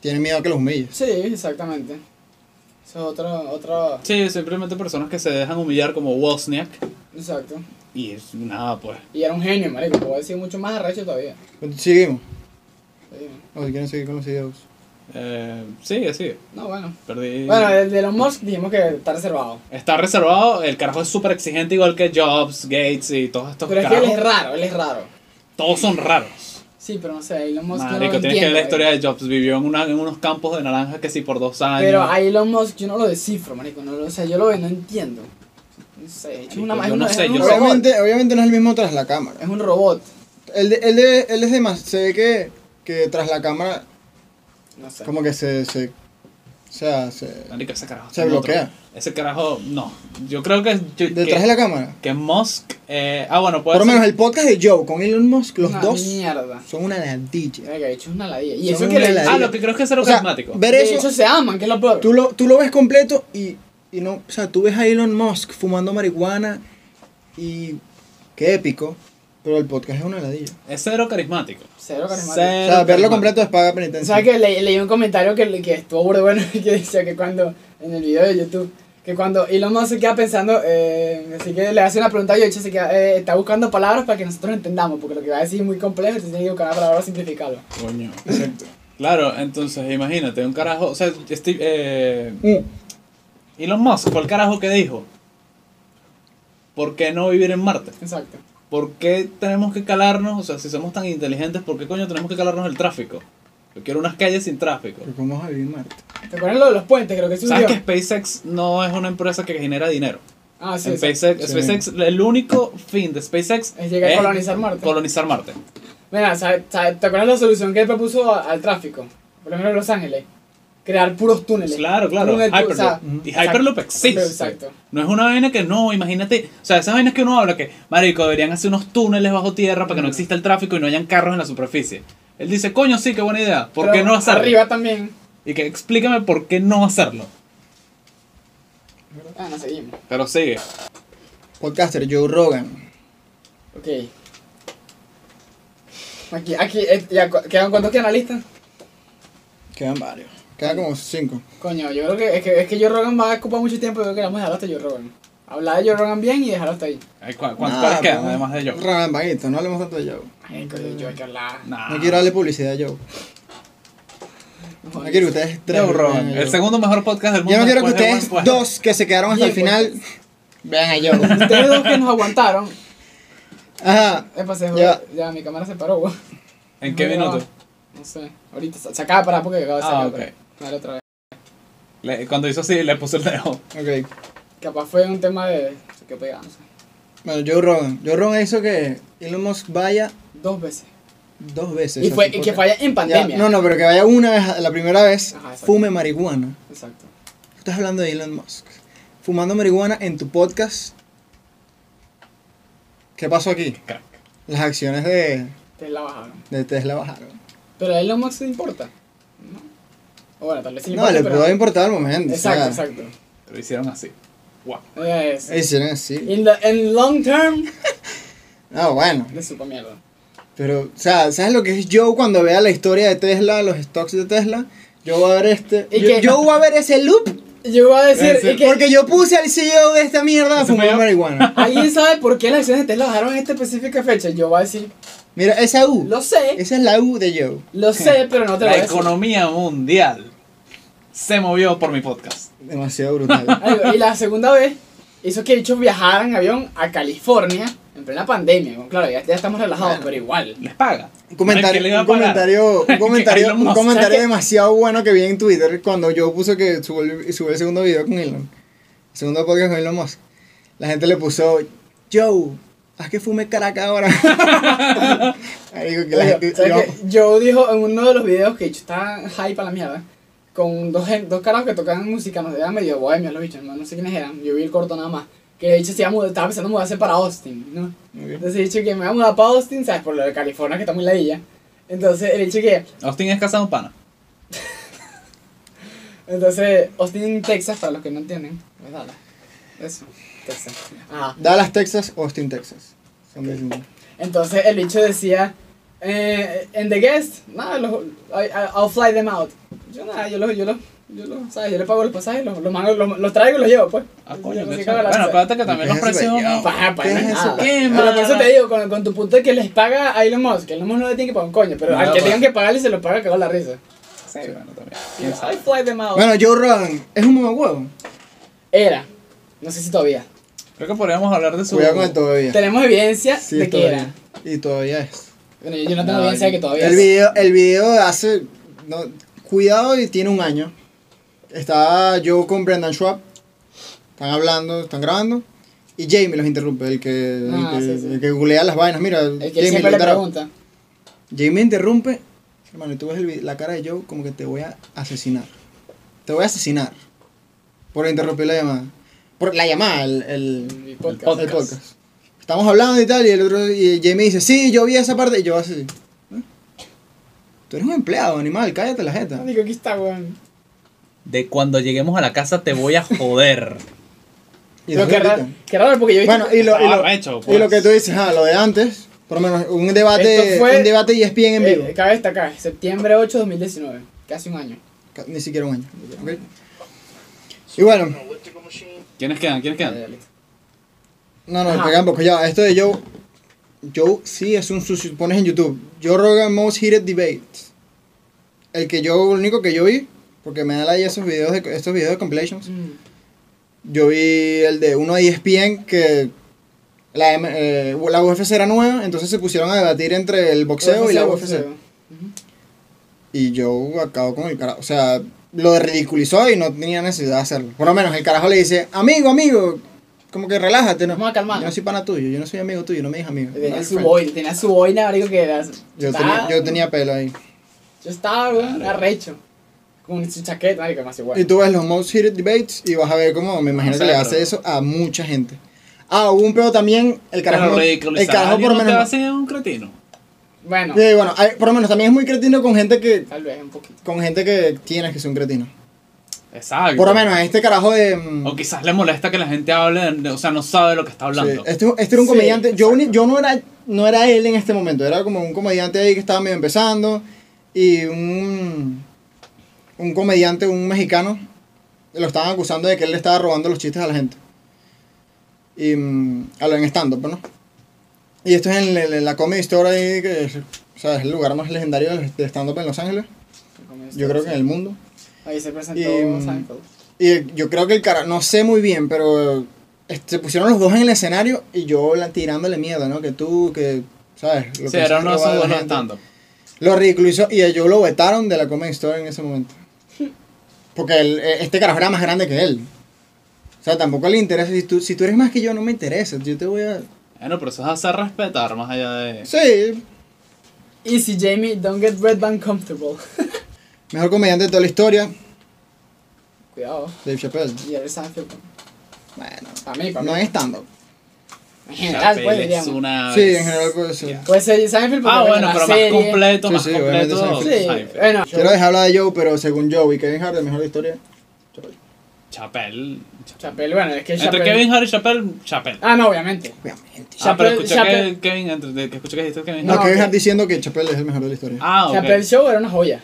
[SPEAKER 3] tienen miedo a que los humilles.
[SPEAKER 2] Sí, exactamente. Eso es otro, otro.
[SPEAKER 1] Sí, simplemente personas que se dejan humillar como Wozniak.
[SPEAKER 2] Exacto.
[SPEAKER 1] Y es- nada, pues.
[SPEAKER 2] Y era un genio, marico. Puedo decir mucho más arrecho todavía.
[SPEAKER 3] Pero Seguimos.
[SPEAKER 2] Sí.
[SPEAKER 3] O si quieren seguir con los E videos.
[SPEAKER 1] Eh, sigue, sigue.
[SPEAKER 2] No, bueno.
[SPEAKER 1] Perdí.
[SPEAKER 2] Bueno, eh, el de los Musk dijimos que está reservado.
[SPEAKER 1] Está reservado, el carajo es súper exigente, igual que Jobs, Gates y todos estos
[SPEAKER 2] Pero es que
[SPEAKER 1] carajos.
[SPEAKER 2] él es raro, él es raro.
[SPEAKER 1] Todos son raros.
[SPEAKER 2] Sí, pero no sé, Elon Musk
[SPEAKER 1] Marico,
[SPEAKER 2] yo no lo
[SPEAKER 1] tienes que ver la
[SPEAKER 2] entiendo, eh.
[SPEAKER 1] historia de Jobs. Vivió en, una- en unos campos de naranjas que sí por dos años.
[SPEAKER 2] Pero a Elon Musk yo no lo descifro, marico. No lo, o sea, yo lo no entiendo. No sé, es una
[SPEAKER 1] Marico,
[SPEAKER 2] ma-
[SPEAKER 1] yo no
[SPEAKER 2] es un-
[SPEAKER 1] sé,
[SPEAKER 2] es un
[SPEAKER 1] yo
[SPEAKER 2] robot.
[SPEAKER 3] Obviamente, obviamente no es el mismo tras la cámara.
[SPEAKER 2] Es un robot.
[SPEAKER 3] Él, de- él, de- él es de más. Se ve que, que tras la cámara,
[SPEAKER 2] No sé.
[SPEAKER 3] como que se. se o sea, se.
[SPEAKER 1] Marico, ese carajo. está
[SPEAKER 3] Se
[SPEAKER 1] en otro.
[SPEAKER 3] bloquea.
[SPEAKER 1] Ese carajo, no. Yo creo que. yo- que,
[SPEAKER 3] Detrás de la cámara.
[SPEAKER 1] que Musk. eh, ah, bueno, puede
[SPEAKER 3] Por lo
[SPEAKER 1] ser-
[SPEAKER 3] menos el podcast de Joe con Elon Musk, los
[SPEAKER 2] Una
[SPEAKER 3] dos
[SPEAKER 2] Mierda.
[SPEAKER 3] son una ladilla.
[SPEAKER 2] Verga, de hecho es una ladilla. Y
[SPEAKER 3] Son
[SPEAKER 2] eso que
[SPEAKER 3] una
[SPEAKER 2] le-
[SPEAKER 3] ladilla.
[SPEAKER 1] Ah, lo que creo es que es lo
[SPEAKER 3] O sea,
[SPEAKER 1] carismático.
[SPEAKER 3] ver
[SPEAKER 2] de
[SPEAKER 3] eso-
[SPEAKER 2] hecho se aman, que es lo peor.
[SPEAKER 3] Tú lo, tú lo ves completo y, y no. O sea, tú ves a Elon Musk fumando marihuana y. Qué épico. Pero el podcast es una ladilla.
[SPEAKER 1] Es cero carismático.
[SPEAKER 2] Cero carismático.
[SPEAKER 3] O
[SPEAKER 1] Cero
[SPEAKER 3] sea, verlo
[SPEAKER 1] carismático.
[SPEAKER 3] completo es paga
[SPEAKER 2] O
[SPEAKER 3] penitencia.
[SPEAKER 2] sea, que le, leí un comentario que, que estuvo burdo bueno que decía que cuando, en el video de YouTube, que cuando Elon Musk se queda pensando, eh, así que le hace una pregunta y hecho se queda, eh, está buscando palabras para que nosotros entendamos, porque lo que va a decir es muy complejo, entonces tiene que buscar una palabra para simplificarlo.
[SPEAKER 1] Coño. Claro, entonces imagínate, un carajo. O sea, Steve, eh,
[SPEAKER 3] Mm.
[SPEAKER 1] Elon Musk fue el carajo que dijo. ¿Por qué no vivir en Marte?
[SPEAKER 2] Exacto.
[SPEAKER 1] ¿Por qué tenemos que calarnos? O sea, si somos tan inteligentes, ¿por qué coño tenemos que calarnos el tráfico? Yo quiero unas calles sin tráfico.
[SPEAKER 3] Pero ¿cómo vas a vivir en Marte?
[SPEAKER 2] ¿Te acuerdas lo de los puentes? Creo que se
[SPEAKER 1] ¿Sabes
[SPEAKER 2] hundió.
[SPEAKER 1] que SpaceX no es una empresa que genera dinero?
[SPEAKER 2] Ah, sí.
[SPEAKER 1] En
[SPEAKER 2] sí.
[SPEAKER 1] SpaceX,
[SPEAKER 3] Sí.
[SPEAKER 1] SpaceX, el único fin de SpaceX
[SPEAKER 2] Es llegar a colonizar Marte.
[SPEAKER 1] colonizar Marte.
[SPEAKER 2] Mira, ¿sabes- sabes- ¿te acuerdas la solución que él propuso a- al tráfico? Por lo menos en Los Ángeles. Crear puros túneles.
[SPEAKER 1] Claro, claro.
[SPEAKER 2] Túnel, tú-
[SPEAKER 1] Hyperloop.
[SPEAKER 2] o sea,
[SPEAKER 1] y Hyperloop existe.
[SPEAKER 2] Exacto.
[SPEAKER 1] No es una vaina que no, imagínate. O sea, esas vainas que uno habla que, marico, deberían hacer unos túneles bajo tierra para que no
[SPEAKER 2] Mm.
[SPEAKER 1] exista el tráfico y no hayan carros en la superficie. Él dice, coño, sí, qué buena idea. ¿Por qué
[SPEAKER 2] Pero
[SPEAKER 1] no hacerlo?
[SPEAKER 2] Arriba también.
[SPEAKER 1] Y que explícame por qué no hacerlo.
[SPEAKER 2] Ah, no, seguimos.
[SPEAKER 1] Pero sigue.
[SPEAKER 3] Podcaster Joe Rogan.
[SPEAKER 2] Ok. Aquí, aquí, eh, ya, cu- ¿quedan cuántos quedan en la lista?
[SPEAKER 3] Quedan varios. Quedan como cinco.
[SPEAKER 2] Coño, yo creo que es que, es que Joe Rogan va a ocupar mucho tiempo. Yo creo que vamos a dejarlo hasta Joe Rogan. Hablar de Joe Rogan bien y dejarlo hasta ahí.
[SPEAKER 1] Ay, ¿cu- ¿Cuántos
[SPEAKER 3] Nada,
[SPEAKER 1] quedan
[SPEAKER 3] no.
[SPEAKER 1] además de yo?
[SPEAKER 3] Rogan, vaguito, no hablemos tanto de Joe.
[SPEAKER 2] Ay, coño, yo hay que hablar.
[SPEAKER 1] Nah.
[SPEAKER 3] No quiero darle publicidad a Joe. No quiero que ustedes tres.
[SPEAKER 1] Joe Rogan,
[SPEAKER 3] vean a
[SPEAKER 1] el
[SPEAKER 3] Joe.
[SPEAKER 1] segundo mejor podcast del mundo.
[SPEAKER 3] Yo no quiero que
[SPEAKER 1] después de
[SPEAKER 3] ustedes
[SPEAKER 1] One Podcast.
[SPEAKER 3] dos que se quedaron hasta el
[SPEAKER 1] pues.
[SPEAKER 3] final vean a Joe.
[SPEAKER 2] Ustedes dos que nos aguantaron.
[SPEAKER 3] Ajá.
[SPEAKER 2] Eh, pasé,
[SPEAKER 3] Ya.
[SPEAKER 2] ya, mi cámara se paró, güey.
[SPEAKER 1] ¿En qué
[SPEAKER 2] No,
[SPEAKER 1] minuto?
[SPEAKER 2] No sé. Ahorita se, se acaba de parar porque acaba de
[SPEAKER 1] Ah,
[SPEAKER 2] sacar.
[SPEAKER 1] ok.
[SPEAKER 2] pero- Dale otra vez.
[SPEAKER 1] Le- cuando hizo así, le puse el dedo.
[SPEAKER 3] Ok.
[SPEAKER 2] Capaz fue un tema de. Se quedó pegado, no sé.
[SPEAKER 3] Bueno, Joe Rogan. Joe Rogan hizo que Elon Musk vaya
[SPEAKER 2] Dos veces.
[SPEAKER 3] dos veces.
[SPEAKER 2] Y fue
[SPEAKER 3] así,
[SPEAKER 2] y que
[SPEAKER 3] porque-
[SPEAKER 2] falla en
[SPEAKER 3] Ya,
[SPEAKER 2] pandemia.
[SPEAKER 3] No, no, pero que vaya una vez, a- la primera vez,
[SPEAKER 2] Ajá, exacto.
[SPEAKER 3] fume marihuana.
[SPEAKER 2] Exacto.
[SPEAKER 3] Estás hablando de Elon Musk. Fumando marihuana en tu podcast. ¿Qué pasó aquí?
[SPEAKER 1] Crack.
[SPEAKER 3] Las acciones de,
[SPEAKER 2] Te la bajaron.
[SPEAKER 3] de Tesla bajaron.
[SPEAKER 2] Pero a Elon Musk le importa. ¿No? O bueno, tal vez sí le
[SPEAKER 3] No,
[SPEAKER 2] importa,
[SPEAKER 3] le
[SPEAKER 2] pero-
[SPEAKER 3] pudo importar al momento. o
[SPEAKER 2] Exacto,
[SPEAKER 3] sea,
[SPEAKER 2] exacto.
[SPEAKER 1] Lo hicieron así. Wow.
[SPEAKER 2] Es.
[SPEAKER 3] Eh, Hicieron así.
[SPEAKER 2] In the in long term,
[SPEAKER 3] No, bueno.
[SPEAKER 2] de supa mierda.
[SPEAKER 3] Pero, o sea, ¿sabes lo que es Joe cuando vea la historia de Tesla, los stocks de Tesla? Yo voy a ver este.
[SPEAKER 2] ¿Y
[SPEAKER 3] Yo,
[SPEAKER 2] qué?
[SPEAKER 3] yo voy a ver ese loop.
[SPEAKER 2] Yo voy a decir,
[SPEAKER 1] Ese-
[SPEAKER 2] y que-
[SPEAKER 3] Eh, Porque yo puse al CEO de esta mierda a
[SPEAKER 1] Ese
[SPEAKER 3] fumar
[SPEAKER 1] fue yo.
[SPEAKER 3] marihuana.
[SPEAKER 2] ¿alguien sabe por qué las acciones de Tesla bajaron en esta específica fecha? Yo voy a decir,
[SPEAKER 3] Mira, esa U.
[SPEAKER 2] lo sé,
[SPEAKER 3] Esa es la U de Joe.
[SPEAKER 2] lo sé, pero no te lo
[SPEAKER 1] La
[SPEAKER 2] voy a decir.
[SPEAKER 1] economía mundial se movió por mi podcast.
[SPEAKER 3] Demasiado brutal.
[SPEAKER 2] Algo, Y la segunda vez hizo que bichos viajaran en avión a California en plena pandemia. Bueno, claro, ya, ya estamos relajados,
[SPEAKER 3] Bueno.
[SPEAKER 2] pero igual.
[SPEAKER 1] ¿Les paga?
[SPEAKER 3] Un
[SPEAKER 1] ¿Quién le iba a
[SPEAKER 3] comentario,
[SPEAKER 1] pagar?
[SPEAKER 3] un comentario, un
[SPEAKER 1] Que
[SPEAKER 3] comentario,
[SPEAKER 1] Elon
[SPEAKER 3] un
[SPEAKER 1] Musk.
[SPEAKER 3] comentario
[SPEAKER 2] ¿Sabes qué?
[SPEAKER 3] demasiado bueno que vi en Twitter cuando Joe puso que subió, el- subió el segundo video con Elon. El segundo podcast con Elon Musk. La gente le puso, Joe, haz que fume caraca ahora. Ahí digo que la
[SPEAKER 2] Oye,
[SPEAKER 3] gente...
[SPEAKER 2] ¿sabes
[SPEAKER 3] yo-
[SPEAKER 2] qué? Joe dijo en uno de los videos que está hype a la mierda. Con dos, gen- dos carajos que tocaban música, no sé, eran medio bohemios los bichos, no, no sé quiénes eran, yo vi el corto nada más. Que de hecho se iba a mudar- estaba pensando en mudarse para Austin, ¿no? Entonces he dicho que me voy a mudar para Austin, ¿sabes? Por lo de California que está muy ladilla. Entonces el hecho que,
[SPEAKER 1] Austin es casado pana.
[SPEAKER 2] entonces Austin, Texas, para los que no entienden, pues Dallas. Eso, Texas. Ah, Ajá.
[SPEAKER 3] Dallas, Texas, Austin, Texas. Son del mismo.
[SPEAKER 2] Entonces el bicho decía, eh, en The Guest, nada, los- I- I- I'll fly them out. Yo nada, yo los, yo los, yo los, ¿sabes? Yo le pago los pasajes, los, los, mando- los, los traigo y los llevo, pues.
[SPEAKER 1] Ah, coño,
[SPEAKER 2] Yo
[SPEAKER 1] qué chévere.
[SPEAKER 2] me cago en la
[SPEAKER 1] Bueno,
[SPEAKER 2] risa.
[SPEAKER 1] acuérdate que también
[SPEAKER 3] ¿Qué
[SPEAKER 1] los
[SPEAKER 3] es eso,
[SPEAKER 1] precios...
[SPEAKER 3] ya?
[SPEAKER 2] Paja, para
[SPEAKER 3] ¿Qué es
[SPEAKER 2] nada.
[SPEAKER 3] eso?
[SPEAKER 1] ¿Qué
[SPEAKER 2] Pero por eso
[SPEAKER 1] mala?
[SPEAKER 2] te digo, con, con tu punto de que les paga a Elon Musk, que Elon Musk no le tiene que pagar un coño, pero
[SPEAKER 1] No,
[SPEAKER 2] al que
[SPEAKER 1] pues.
[SPEAKER 2] tengan que pagarle se lo paga, cagó la risa.
[SPEAKER 1] Sí, bueno, también.
[SPEAKER 2] Y
[SPEAKER 1] ¿Quién
[SPEAKER 2] I
[SPEAKER 1] sabe?
[SPEAKER 2] fly them out.
[SPEAKER 3] Bueno, Joe Rogan, es un mamá huevo.
[SPEAKER 2] Era, no sé si todavía.
[SPEAKER 1] Creo que podríamos hablar de su...
[SPEAKER 3] Cuidado con el todavía.
[SPEAKER 2] Tenemos evidencia
[SPEAKER 3] Sí,
[SPEAKER 2] de que era.
[SPEAKER 3] todavía. Y todavía es.
[SPEAKER 2] Bueno, yo, yo no tengo
[SPEAKER 1] No,
[SPEAKER 2] evidencia de que
[SPEAKER 1] el-
[SPEAKER 2] todavía
[SPEAKER 3] El
[SPEAKER 2] es.
[SPEAKER 3] video, el video de hace. no, cuidado y tiene un año. Estaba yo con Brendan Schwab. Están hablando, están grabando. Y Jamie los interrumpe, el que, el
[SPEAKER 2] Ah,
[SPEAKER 3] que-
[SPEAKER 2] sí, sí.
[SPEAKER 3] el que googlea las vainas. Mira,
[SPEAKER 2] El que
[SPEAKER 3] Jamie
[SPEAKER 2] siempre le
[SPEAKER 3] interrumpe.
[SPEAKER 2] pregunta.
[SPEAKER 3] Jamie interrumpe. Hermano, y tú ves el vi- la cara de Joe como que te voy a asesinar. Te voy a asesinar. Por interrumpir la llamada. Por la llamada, el- el
[SPEAKER 2] Mi
[SPEAKER 1] El podcast.
[SPEAKER 3] el podcast. Estamos hablando y tal, y el otro, y Jamie dice, sí, yo vi esa parte, y yo así. ¿eh? Tú eres un empleado, animal, cállate la jeta.
[SPEAKER 2] Digo, aquí está, weón.
[SPEAKER 1] De cuando lleguemos a la casa te voy a joder.
[SPEAKER 3] Y
[SPEAKER 2] Pero
[SPEAKER 3] entonces
[SPEAKER 2] qué raro,
[SPEAKER 3] gritan.
[SPEAKER 2] qué raro porque yo he visto-
[SPEAKER 3] Bueno, y lo, y, lo,
[SPEAKER 1] Estaba hecho,
[SPEAKER 3] y lo que
[SPEAKER 1] pues.
[SPEAKER 3] tú dices, ah, lo de antes, por lo menos un debate,
[SPEAKER 2] Esto fue-
[SPEAKER 3] un debate y ESPN en vivo.
[SPEAKER 2] eh, cabe destacar, septiembre 8 de 2019, casi un año.
[SPEAKER 3] Ca- Ni siquiera un año. ¿ok? Y bueno,
[SPEAKER 1] ¿Quiénes quedan? ¿Quiénes
[SPEAKER 3] Eh,
[SPEAKER 1] quedan?
[SPEAKER 2] Dale, dale.
[SPEAKER 3] no, no,
[SPEAKER 2] Ajá.
[SPEAKER 3] pegan poco ya. Esto de Joe, Joe sí es un sucio, pones en YouTube, Joe Rogan Most Heated Debates. El que yo, lo único que yo vi, porque me da la idea esos videos de, estos videos de compilations,
[SPEAKER 2] Mm.
[SPEAKER 3] Yo vi el de uno de E ESPN que la, M- eh, la UFC era nueva, entonces se pusieron a debatir entre el boxeo y la UFC.
[SPEAKER 2] Eh, Ujú.
[SPEAKER 3] Y yo acabo con el carajo. O sea, lo ridiculizó y no tenía necesidad de hacerlo. Por lo menos el carajo le dice, amigo, amigo, como que relájate. No,
[SPEAKER 2] Vamos a calmarnos.
[SPEAKER 3] Yo no soy pana tuyo, yo no soy amigo tuyo, no me digas amigo.
[SPEAKER 2] Tenía
[SPEAKER 3] No,
[SPEAKER 2] su
[SPEAKER 3] friend.
[SPEAKER 2] boina, tenía su boina, marico, que era...
[SPEAKER 3] yo, tenía, yo tenía pelo ahí.
[SPEAKER 2] Yo estaba, weón, arrecho. Con su chaqueta, marico, más igual.
[SPEAKER 3] Y tú ves los most heated debates y vas a ver cómo, me imagino
[SPEAKER 1] O sea,
[SPEAKER 3] que le
[SPEAKER 1] pero-
[SPEAKER 3] hace eso a mucha gente. Ah, hubo un pedo también, el carajo,
[SPEAKER 1] Pero
[SPEAKER 3] no- el
[SPEAKER 1] ridiculizar
[SPEAKER 3] carajo
[SPEAKER 1] a
[SPEAKER 3] por lo
[SPEAKER 1] alguien no te
[SPEAKER 3] menos...
[SPEAKER 1] va a hacer un cretino.
[SPEAKER 2] Bueno,
[SPEAKER 3] Sí, bueno, hay- por lo menos también es muy cretino con gente que
[SPEAKER 2] tal vez un poquito.
[SPEAKER 3] con gente que tienes que ser un cretino.
[SPEAKER 1] Exacto.
[SPEAKER 3] Por lo menos este carajo de mm,
[SPEAKER 1] O quizás le molesta que la gente hable, de- o sea, no sabe de lo que está
[SPEAKER 3] sí,
[SPEAKER 1] hablando.
[SPEAKER 3] este, este era un
[SPEAKER 2] Sí,
[SPEAKER 3] comediante, yo,
[SPEAKER 2] exacto.
[SPEAKER 3] ni- yo no era no era él en este momento, era como un comediante ahí que estaba medio empezando y un un comediante, un mexicano lo estaban acusando de que él le estaba robando los chistes a la gente. Y mm, a lo en stand up, ¿no? Y esto es en, la- la Comedy Store ahí que es, o sea, es el lugar más legendario de stand up en Los Ángeles, yo creo que en el mundo.
[SPEAKER 2] Ahí se presentó
[SPEAKER 3] Y- mm,
[SPEAKER 2] Seinfeld.
[SPEAKER 3] Y yo creo que el cara, no sé muy bien, pero eh, se pusieron los dos en el escenario y yo la- tirándole miedo, ¿no? Que tú, que, ¿sabes? Lo
[SPEAKER 1] Sí,
[SPEAKER 3] que
[SPEAKER 1] era
[SPEAKER 3] se
[SPEAKER 1] uno de
[SPEAKER 3] roba
[SPEAKER 1] esos
[SPEAKER 3] la
[SPEAKER 1] buenos
[SPEAKER 3] gente.
[SPEAKER 1] stand-up.
[SPEAKER 3] Lo ridiculizó y a yo lo vetaron de la Comedy Store en ese momento. Porque el- eh, este carajo era más grande que él. O sea, tampoco le interesa. Si tú, si tú eres más que yo, no me interesa. Yo te voy a...
[SPEAKER 1] Bueno, pero eso es hacer respetar más allá de.
[SPEAKER 3] Sí,
[SPEAKER 2] Easy, Jamie, don't get red band comfortable.
[SPEAKER 3] mejor comediante de toda la historia,
[SPEAKER 2] Cuidado.
[SPEAKER 3] Dave Chappelle.
[SPEAKER 2] Y el Seinfeld,
[SPEAKER 3] Bueno,
[SPEAKER 2] para mí, para mí.
[SPEAKER 3] no es stand-up.
[SPEAKER 2] En general, pues,
[SPEAKER 1] Chappelle Ah, es
[SPEAKER 2] diríamos.
[SPEAKER 1] una.
[SPEAKER 3] Sí, en general puede ser.
[SPEAKER 1] Ya.
[SPEAKER 2] Puede ser Seinfeld porque
[SPEAKER 1] Ah, bueno,
[SPEAKER 2] la
[SPEAKER 1] pero
[SPEAKER 2] serie-
[SPEAKER 1] más completo,
[SPEAKER 3] Sí,
[SPEAKER 1] más
[SPEAKER 3] sí, obviamente
[SPEAKER 1] completo.
[SPEAKER 3] Seinfeld.
[SPEAKER 2] Sí,
[SPEAKER 1] Seinfeld.
[SPEAKER 2] bueno.
[SPEAKER 3] Quiero dejar hablar de Joe, pero según Joe y Kevin Hart, el mejor de la historia, Chappelle.
[SPEAKER 1] Chappelle.
[SPEAKER 2] Chappelle, bueno, es que
[SPEAKER 1] Entre
[SPEAKER 2] Chappelle...
[SPEAKER 1] Kevin Harris y Chappelle, Chappelle.
[SPEAKER 2] Ah, no, obviamente.
[SPEAKER 3] Obviamente.
[SPEAKER 1] Ah, pero
[SPEAKER 2] Chappelle-
[SPEAKER 1] escuché
[SPEAKER 2] Chappelle-
[SPEAKER 1] que Kevin, entre, de- que escuché que dijiste Kevin
[SPEAKER 3] No,
[SPEAKER 2] No,
[SPEAKER 3] que
[SPEAKER 2] ok.
[SPEAKER 3] dejar diciendo que Chappelle es el mejor de la historia.
[SPEAKER 1] Ah, ok.
[SPEAKER 2] Chappelle Show era una joya.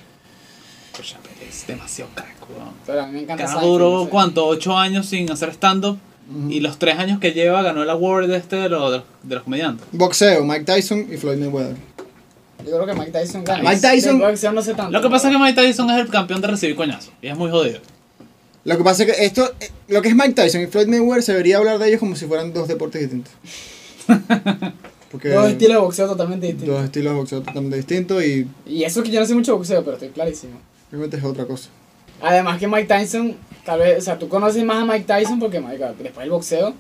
[SPEAKER 1] Pero Chappelle es demasiado crack, weón.
[SPEAKER 2] Pero a mí me encanta
[SPEAKER 1] Carajo,
[SPEAKER 2] Seinfeld,
[SPEAKER 1] duró,
[SPEAKER 2] no sé.
[SPEAKER 1] ¿cuánto? ¿Ocho años sin hacer stand-up?
[SPEAKER 3] Ujú.
[SPEAKER 1] Y los tres años que lleva ganó el award este de los, de los, de los comediantes.
[SPEAKER 3] Boxeo, Mike Tyson y Floyd Mayweather.
[SPEAKER 2] Yo creo que Mike Tyson gana.
[SPEAKER 3] Mike Tyson-
[SPEAKER 2] De boxeo no sé tanto.
[SPEAKER 1] Lo que pasa es que Mike Tyson es el campeón de recibir coñazos. Y es muy jodido.
[SPEAKER 3] Lo que pasa es que esto, eh, lo que es Mike Tyson y Floyd Mayweather, se debería hablar de ellos como si fueran dos deportes distintos. Porque
[SPEAKER 2] Dos estilos de boxeo totalmente distintos.
[SPEAKER 3] dos estilos de boxeo totalmente distintos y
[SPEAKER 2] Y eso que yo no sé mucho de boxeo, pero estoy clarísimo.
[SPEAKER 3] realmente es otra cosa.
[SPEAKER 2] Además que Mike Tyson, tal vez, o sea, tú conoces más a Mike Tyson porque, my God, después del boxeo,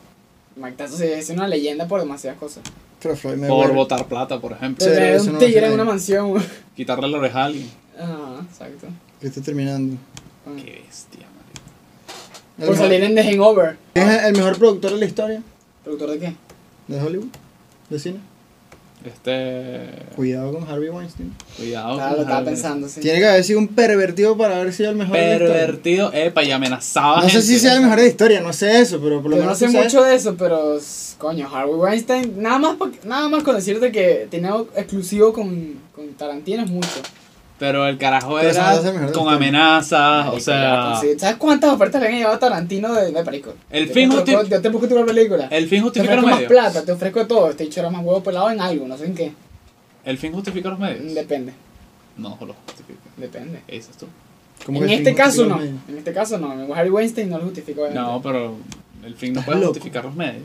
[SPEAKER 2] Mike Tyson se es una leyenda por demasiadas cosas.
[SPEAKER 3] Pero Floyd
[SPEAKER 1] Por
[SPEAKER 3] Mayweather.
[SPEAKER 1] botar plata, por ejemplo.
[SPEAKER 3] Sí,
[SPEAKER 2] Desde
[SPEAKER 3] eso
[SPEAKER 2] un
[SPEAKER 3] no lo
[SPEAKER 2] tigre
[SPEAKER 3] sé.
[SPEAKER 2] en una mansión.
[SPEAKER 1] Quitarle la oreja a alguien.
[SPEAKER 2] ah, exacto.
[SPEAKER 3] que está terminando.
[SPEAKER 2] Ah.
[SPEAKER 1] Qué bestia, marico.
[SPEAKER 3] El
[SPEAKER 2] Por
[SPEAKER 3] mejor-
[SPEAKER 2] salir en The Hangover.
[SPEAKER 3] Es el mejor productor de la historia
[SPEAKER 2] ¿Productor de qué?
[SPEAKER 3] de Hollywood, de cine.
[SPEAKER 1] Este.
[SPEAKER 3] Cuidado con Harvey Weinstein.
[SPEAKER 1] Cuidado.
[SPEAKER 2] Claro,
[SPEAKER 1] con
[SPEAKER 2] Ah, lo estaba
[SPEAKER 1] Harvey.
[SPEAKER 2] pensando, sí.
[SPEAKER 3] Tiene que haber sido un pervertido para haber sido el mejor de la historia.
[SPEAKER 1] Pervertido, epa, y amenazaba.
[SPEAKER 3] No sé
[SPEAKER 1] gente.
[SPEAKER 3] si sea el mejor de la historia, no sé eso, pero por lo
[SPEAKER 2] Yo no
[SPEAKER 3] menos
[SPEAKER 2] sé
[SPEAKER 3] tú sabes-
[SPEAKER 2] Eh, mucho de eso, pero s- coño, Harvey Weinstein, nada más, pa- nada más con decirte que tenía o- exclusivo con, con Tarantino es mucho.
[SPEAKER 1] Pero el carajo
[SPEAKER 3] Pero eso
[SPEAKER 1] era
[SPEAKER 3] no es el mejor de
[SPEAKER 1] con
[SPEAKER 3] los
[SPEAKER 1] amenazas,
[SPEAKER 2] Marico,
[SPEAKER 1] Ah, o
[SPEAKER 2] ya
[SPEAKER 1] sea.
[SPEAKER 2] consigue- ¿Sabes cuántas ofertas le han llevado a Tarantino de, de Perico?
[SPEAKER 1] El
[SPEAKER 2] Yo te
[SPEAKER 1] fin
[SPEAKER 2] ofrezco-
[SPEAKER 1] justi-
[SPEAKER 2] Yo te busco tu propia película.
[SPEAKER 1] El fin
[SPEAKER 2] Te
[SPEAKER 1] justifica los
[SPEAKER 2] ofrezco más
[SPEAKER 1] medios.
[SPEAKER 2] plata, te ofrezco todo. Este hecho era más huevo pelado en algo, no sé en qué.
[SPEAKER 1] El fin justifica los medios.
[SPEAKER 2] Depende,
[SPEAKER 1] No, no lo justifica.
[SPEAKER 2] depende.
[SPEAKER 1] ¿Qué dices tú?
[SPEAKER 3] Como
[SPEAKER 2] En
[SPEAKER 3] que
[SPEAKER 2] este
[SPEAKER 3] tengo-
[SPEAKER 2] caso
[SPEAKER 3] tengo
[SPEAKER 2] no,
[SPEAKER 3] medio.
[SPEAKER 2] en este caso no. Harvey Weinstein no lo justifico. obviamente.
[SPEAKER 1] No, pues. pero el fin no
[SPEAKER 3] Estás
[SPEAKER 1] puede
[SPEAKER 3] loco.
[SPEAKER 1] justificar los medios.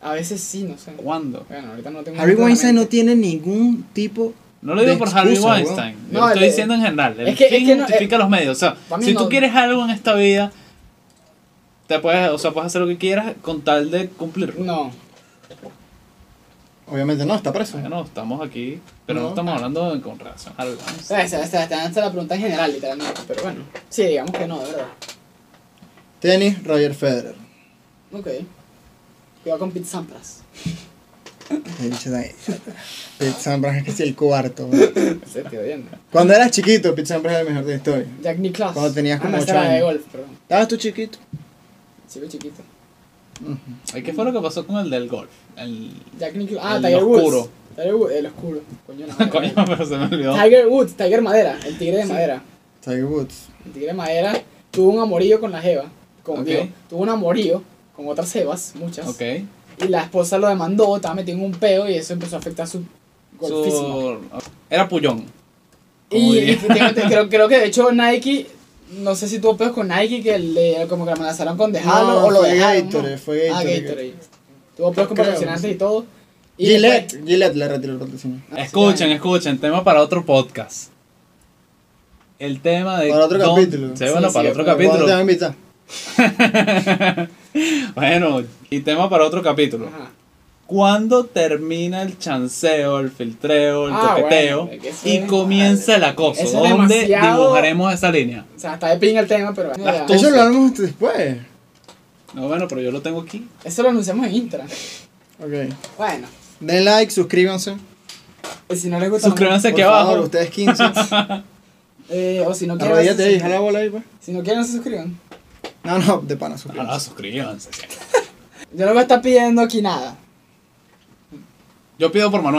[SPEAKER 2] A veces sí, no sé.
[SPEAKER 1] ¿Cuándo?
[SPEAKER 2] Bueno, ahorita no tengo. mucho
[SPEAKER 3] Harvey
[SPEAKER 2] en la
[SPEAKER 3] Weinstein no
[SPEAKER 2] mente.
[SPEAKER 3] tiene ningún tipo.
[SPEAKER 1] No lo digo
[SPEAKER 3] De
[SPEAKER 1] por Harvey
[SPEAKER 3] excusa,
[SPEAKER 1] Weinstein. Yo
[SPEAKER 2] No,
[SPEAKER 1] lo estoy
[SPEAKER 2] el-
[SPEAKER 1] diciendo en general. El
[SPEAKER 2] es que- es
[SPEAKER 1] fin
[SPEAKER 2] que no-
[SPEAKER 1] justifica los medios. O sea,
[SPEAKER 2] para mí
[SPEAKER 1] si tú
[SPEAKER 2] no.
[SPEAKER 1] quieres algo en esta vida, te puedes, o sea, puedes hacer lo que quieras con tal de cumplirlo.
[SPEAKER 2] No,
[SPEAKER 3] Obviamente no, está preso.
[SPEAKER 1] Bueno, estamos aquí, pero no,
[SPEAKER 3] No.
[SPEAKER 1] estamos hablando en- con relación a Harvey Weinstein.
[SPEAKER 2] Esa, esa, esa, esa es la pregunta en general, literalmente, pero bueno. Sí, digamos que no, de verdad.
[SPEAKER 3] Tenis, Roger Federer.
[SPEAKER 2] Ok. Cuidado con Pete Sampras.
[SPEAKER 3] El bicho de- Pete Sampras es que es el cuarto. güey.
[SPEAKER 2] Se te oyendo.
[SPEAKER 3] Cuando eras chiquito, Pete Sampras era el mejor de la historia.
[SPEAKER 2] Jack Nicklaus.
[SPEAKER 3] Cuando tenías
[SPEAKER 2] Ah,
[SPEAKER 3] como
[SPEAKER 2] no,
[SPEAKER 3] ocho
[SPEAKER 2] esa era de
[SPEAKER 3] años.
[SPEAKER 2] golf, perdón.
[SPEAKER 3] ¿Estabas tú chiquito?
[SPEAKER 2] Sigo chiquito.
[SPEAKER 3] Ujú.
[SPEAKER 1] Ay, ¿Qué fue lo que pasó con el del golf? El...
[SPEAKER 2] Jack Nicklaus. Ah,
[SPEAKER 1] El
[SPEAKER 2] Tiger Woods.
[SPEAKER 1] oscuro.
[SPEAKER 2] Tiger Woods, el oscuro. Coño, la madre.
[SPEAKER 1] Coño, pero se me olvidó.
[SPEAKER 2] Tiger Woods, Tiger Madera, el tigre de
[SPEAKER 3] Sí.
[SPEAKER 2] madera.
[SPEAKER 3] Tiger Woods.
[SPEAKER 2] El tigre de madera tuvo un amorío con la Jeva. Como
[SPEAKER 1] Ok.
[SPEAKER 2] digo, tuvo un amorío con otras Jevas, muchas.
[SPEAKER 1] Ok.
[SPEAKER 2] Y la esposa lo demandó, estaba metido en un peo y eso empezó a afectar su golfísimo.
[SPEAKER 1] Su... Era Puyón. Como
[SPEAKER 2] Y,
[SPEAKER 1] diría.
[SPEAKER 2] y tengo- te- creo, creo que de hecho Nike, no sé si tuvo peos con Nike que le, como que la amenazaron con dejarlo
[SPEAKER 3] No,
[SPEAKER 2] o lo
[SPEAKER 3] fue
[SPEAKER 2] dejaron.
[SPEAKER 3] Gatorade,
[SPEAKER 2] ¿no?
[SPEAKER 3] fue Gatorade.
[SPEAKER 2] Ah, Gatorade. Tuvo peos con
[SPEAKER 3] Creo,
[SPEAKER 2] patrocinantes
[SPEAKER 3] sí.
[SPEAKER 2] y todo. Y
[SPEAKER 3] Gillette.
[SPEAKER 2] después-
[SPEAKER 3] Gillette le retiró el patrocinio.
[SPEAKER 2] Ah, sí,
[SPEAKER 1] Escuchen,
[SPEAKER 2] ya.
[SPEAKER 1] escuchen, tema para otro podcast. El tema de...
[SPEAKER 3] Para otro
[SPEAKER 1] dónde-
[SPEAKER 3] capítulo.
[SPEAKER 1] Sí, bueno,
[SPEAKER 2] Sí,
[SPEAKER 1] para
[SPEAKER 2] sí,
[SPEAKER 1] otro
[SPEAKER 2] pero
[SPEAKER 1] capítulo.
[SPEAKER 3] ¿Cuándo te van a invitar?
[SPEAKER 1] bueno, y tema para otro capítulo.
[SPEAKER 2] Ajá.
[SPEAKER 1] ¿Cuándo termina el chanceo, el filtreo, el
[SPEAKER 2] Ah,
[SPEAKER 1] coqueteo
[SPEAKER 2] bueno, que eso
[SPEAKER 1] y
[SPEAKER 2] es-
[SPEAKER 1] comienza el acoso?
[SPEAKER 2] Eso es
[SPEAKER 1] ¿Dónde
[SPEAKER 2] demasiado-
[SPEAKER 1] dibujaremos esa línea?
[SPEAKER 2] O sea, está de ping el tema, pero.
[SPEAKER 1] Las
[SPEAKER 2] Ya.
[SPEAKER 1] tu-
[SPEAKER 3] Eso lo hablamos después.
[SPEAKER 1] No, bueno, pero yo lo tengo aquí.
[SPEAKER 2] Eso lo anunciamos en Intra.
[SPEAKER 3] Ok.
[SPEAKER 2] Bueno,
[SPEAKER 3] Den like, suscríbanse.
[SPEAKER 2] y si no les gusta.
[SPEAKER 1] Suscríbanse
[SPEAKER 3] Por
[SPEAKER 1] aquí
[SPEAKER 3] favor,
[SPEAKER 1] abajo.
[SPEAKER 3] ustedes 15.
[SPEAKER 2] Eh, o si no quieren.
[SPEAKER 3] Arrodíllate
[SPEAKER 2] se
[SPEAKER 3] ahí,
[SPEAKER 2] suscriban.
[SPEAKER 3] jala bola ahí, pues.
[SPEAKER 2] Si no quieren, no se suscriban.
[SPEAKER 3] No, no, de
[SPEAKER 1] No,
[SPEAKER 3] pana,
[SPEAKER 1] no,
[SPEAKER 3] suscríbanse.
[SPEAKER 1] Ah, suscríbanse. sí.
[SPEAKER 2] Yo no voy a estar pidiendo aquí nada.
[SPEAKER 1] Yo pido por Manuel.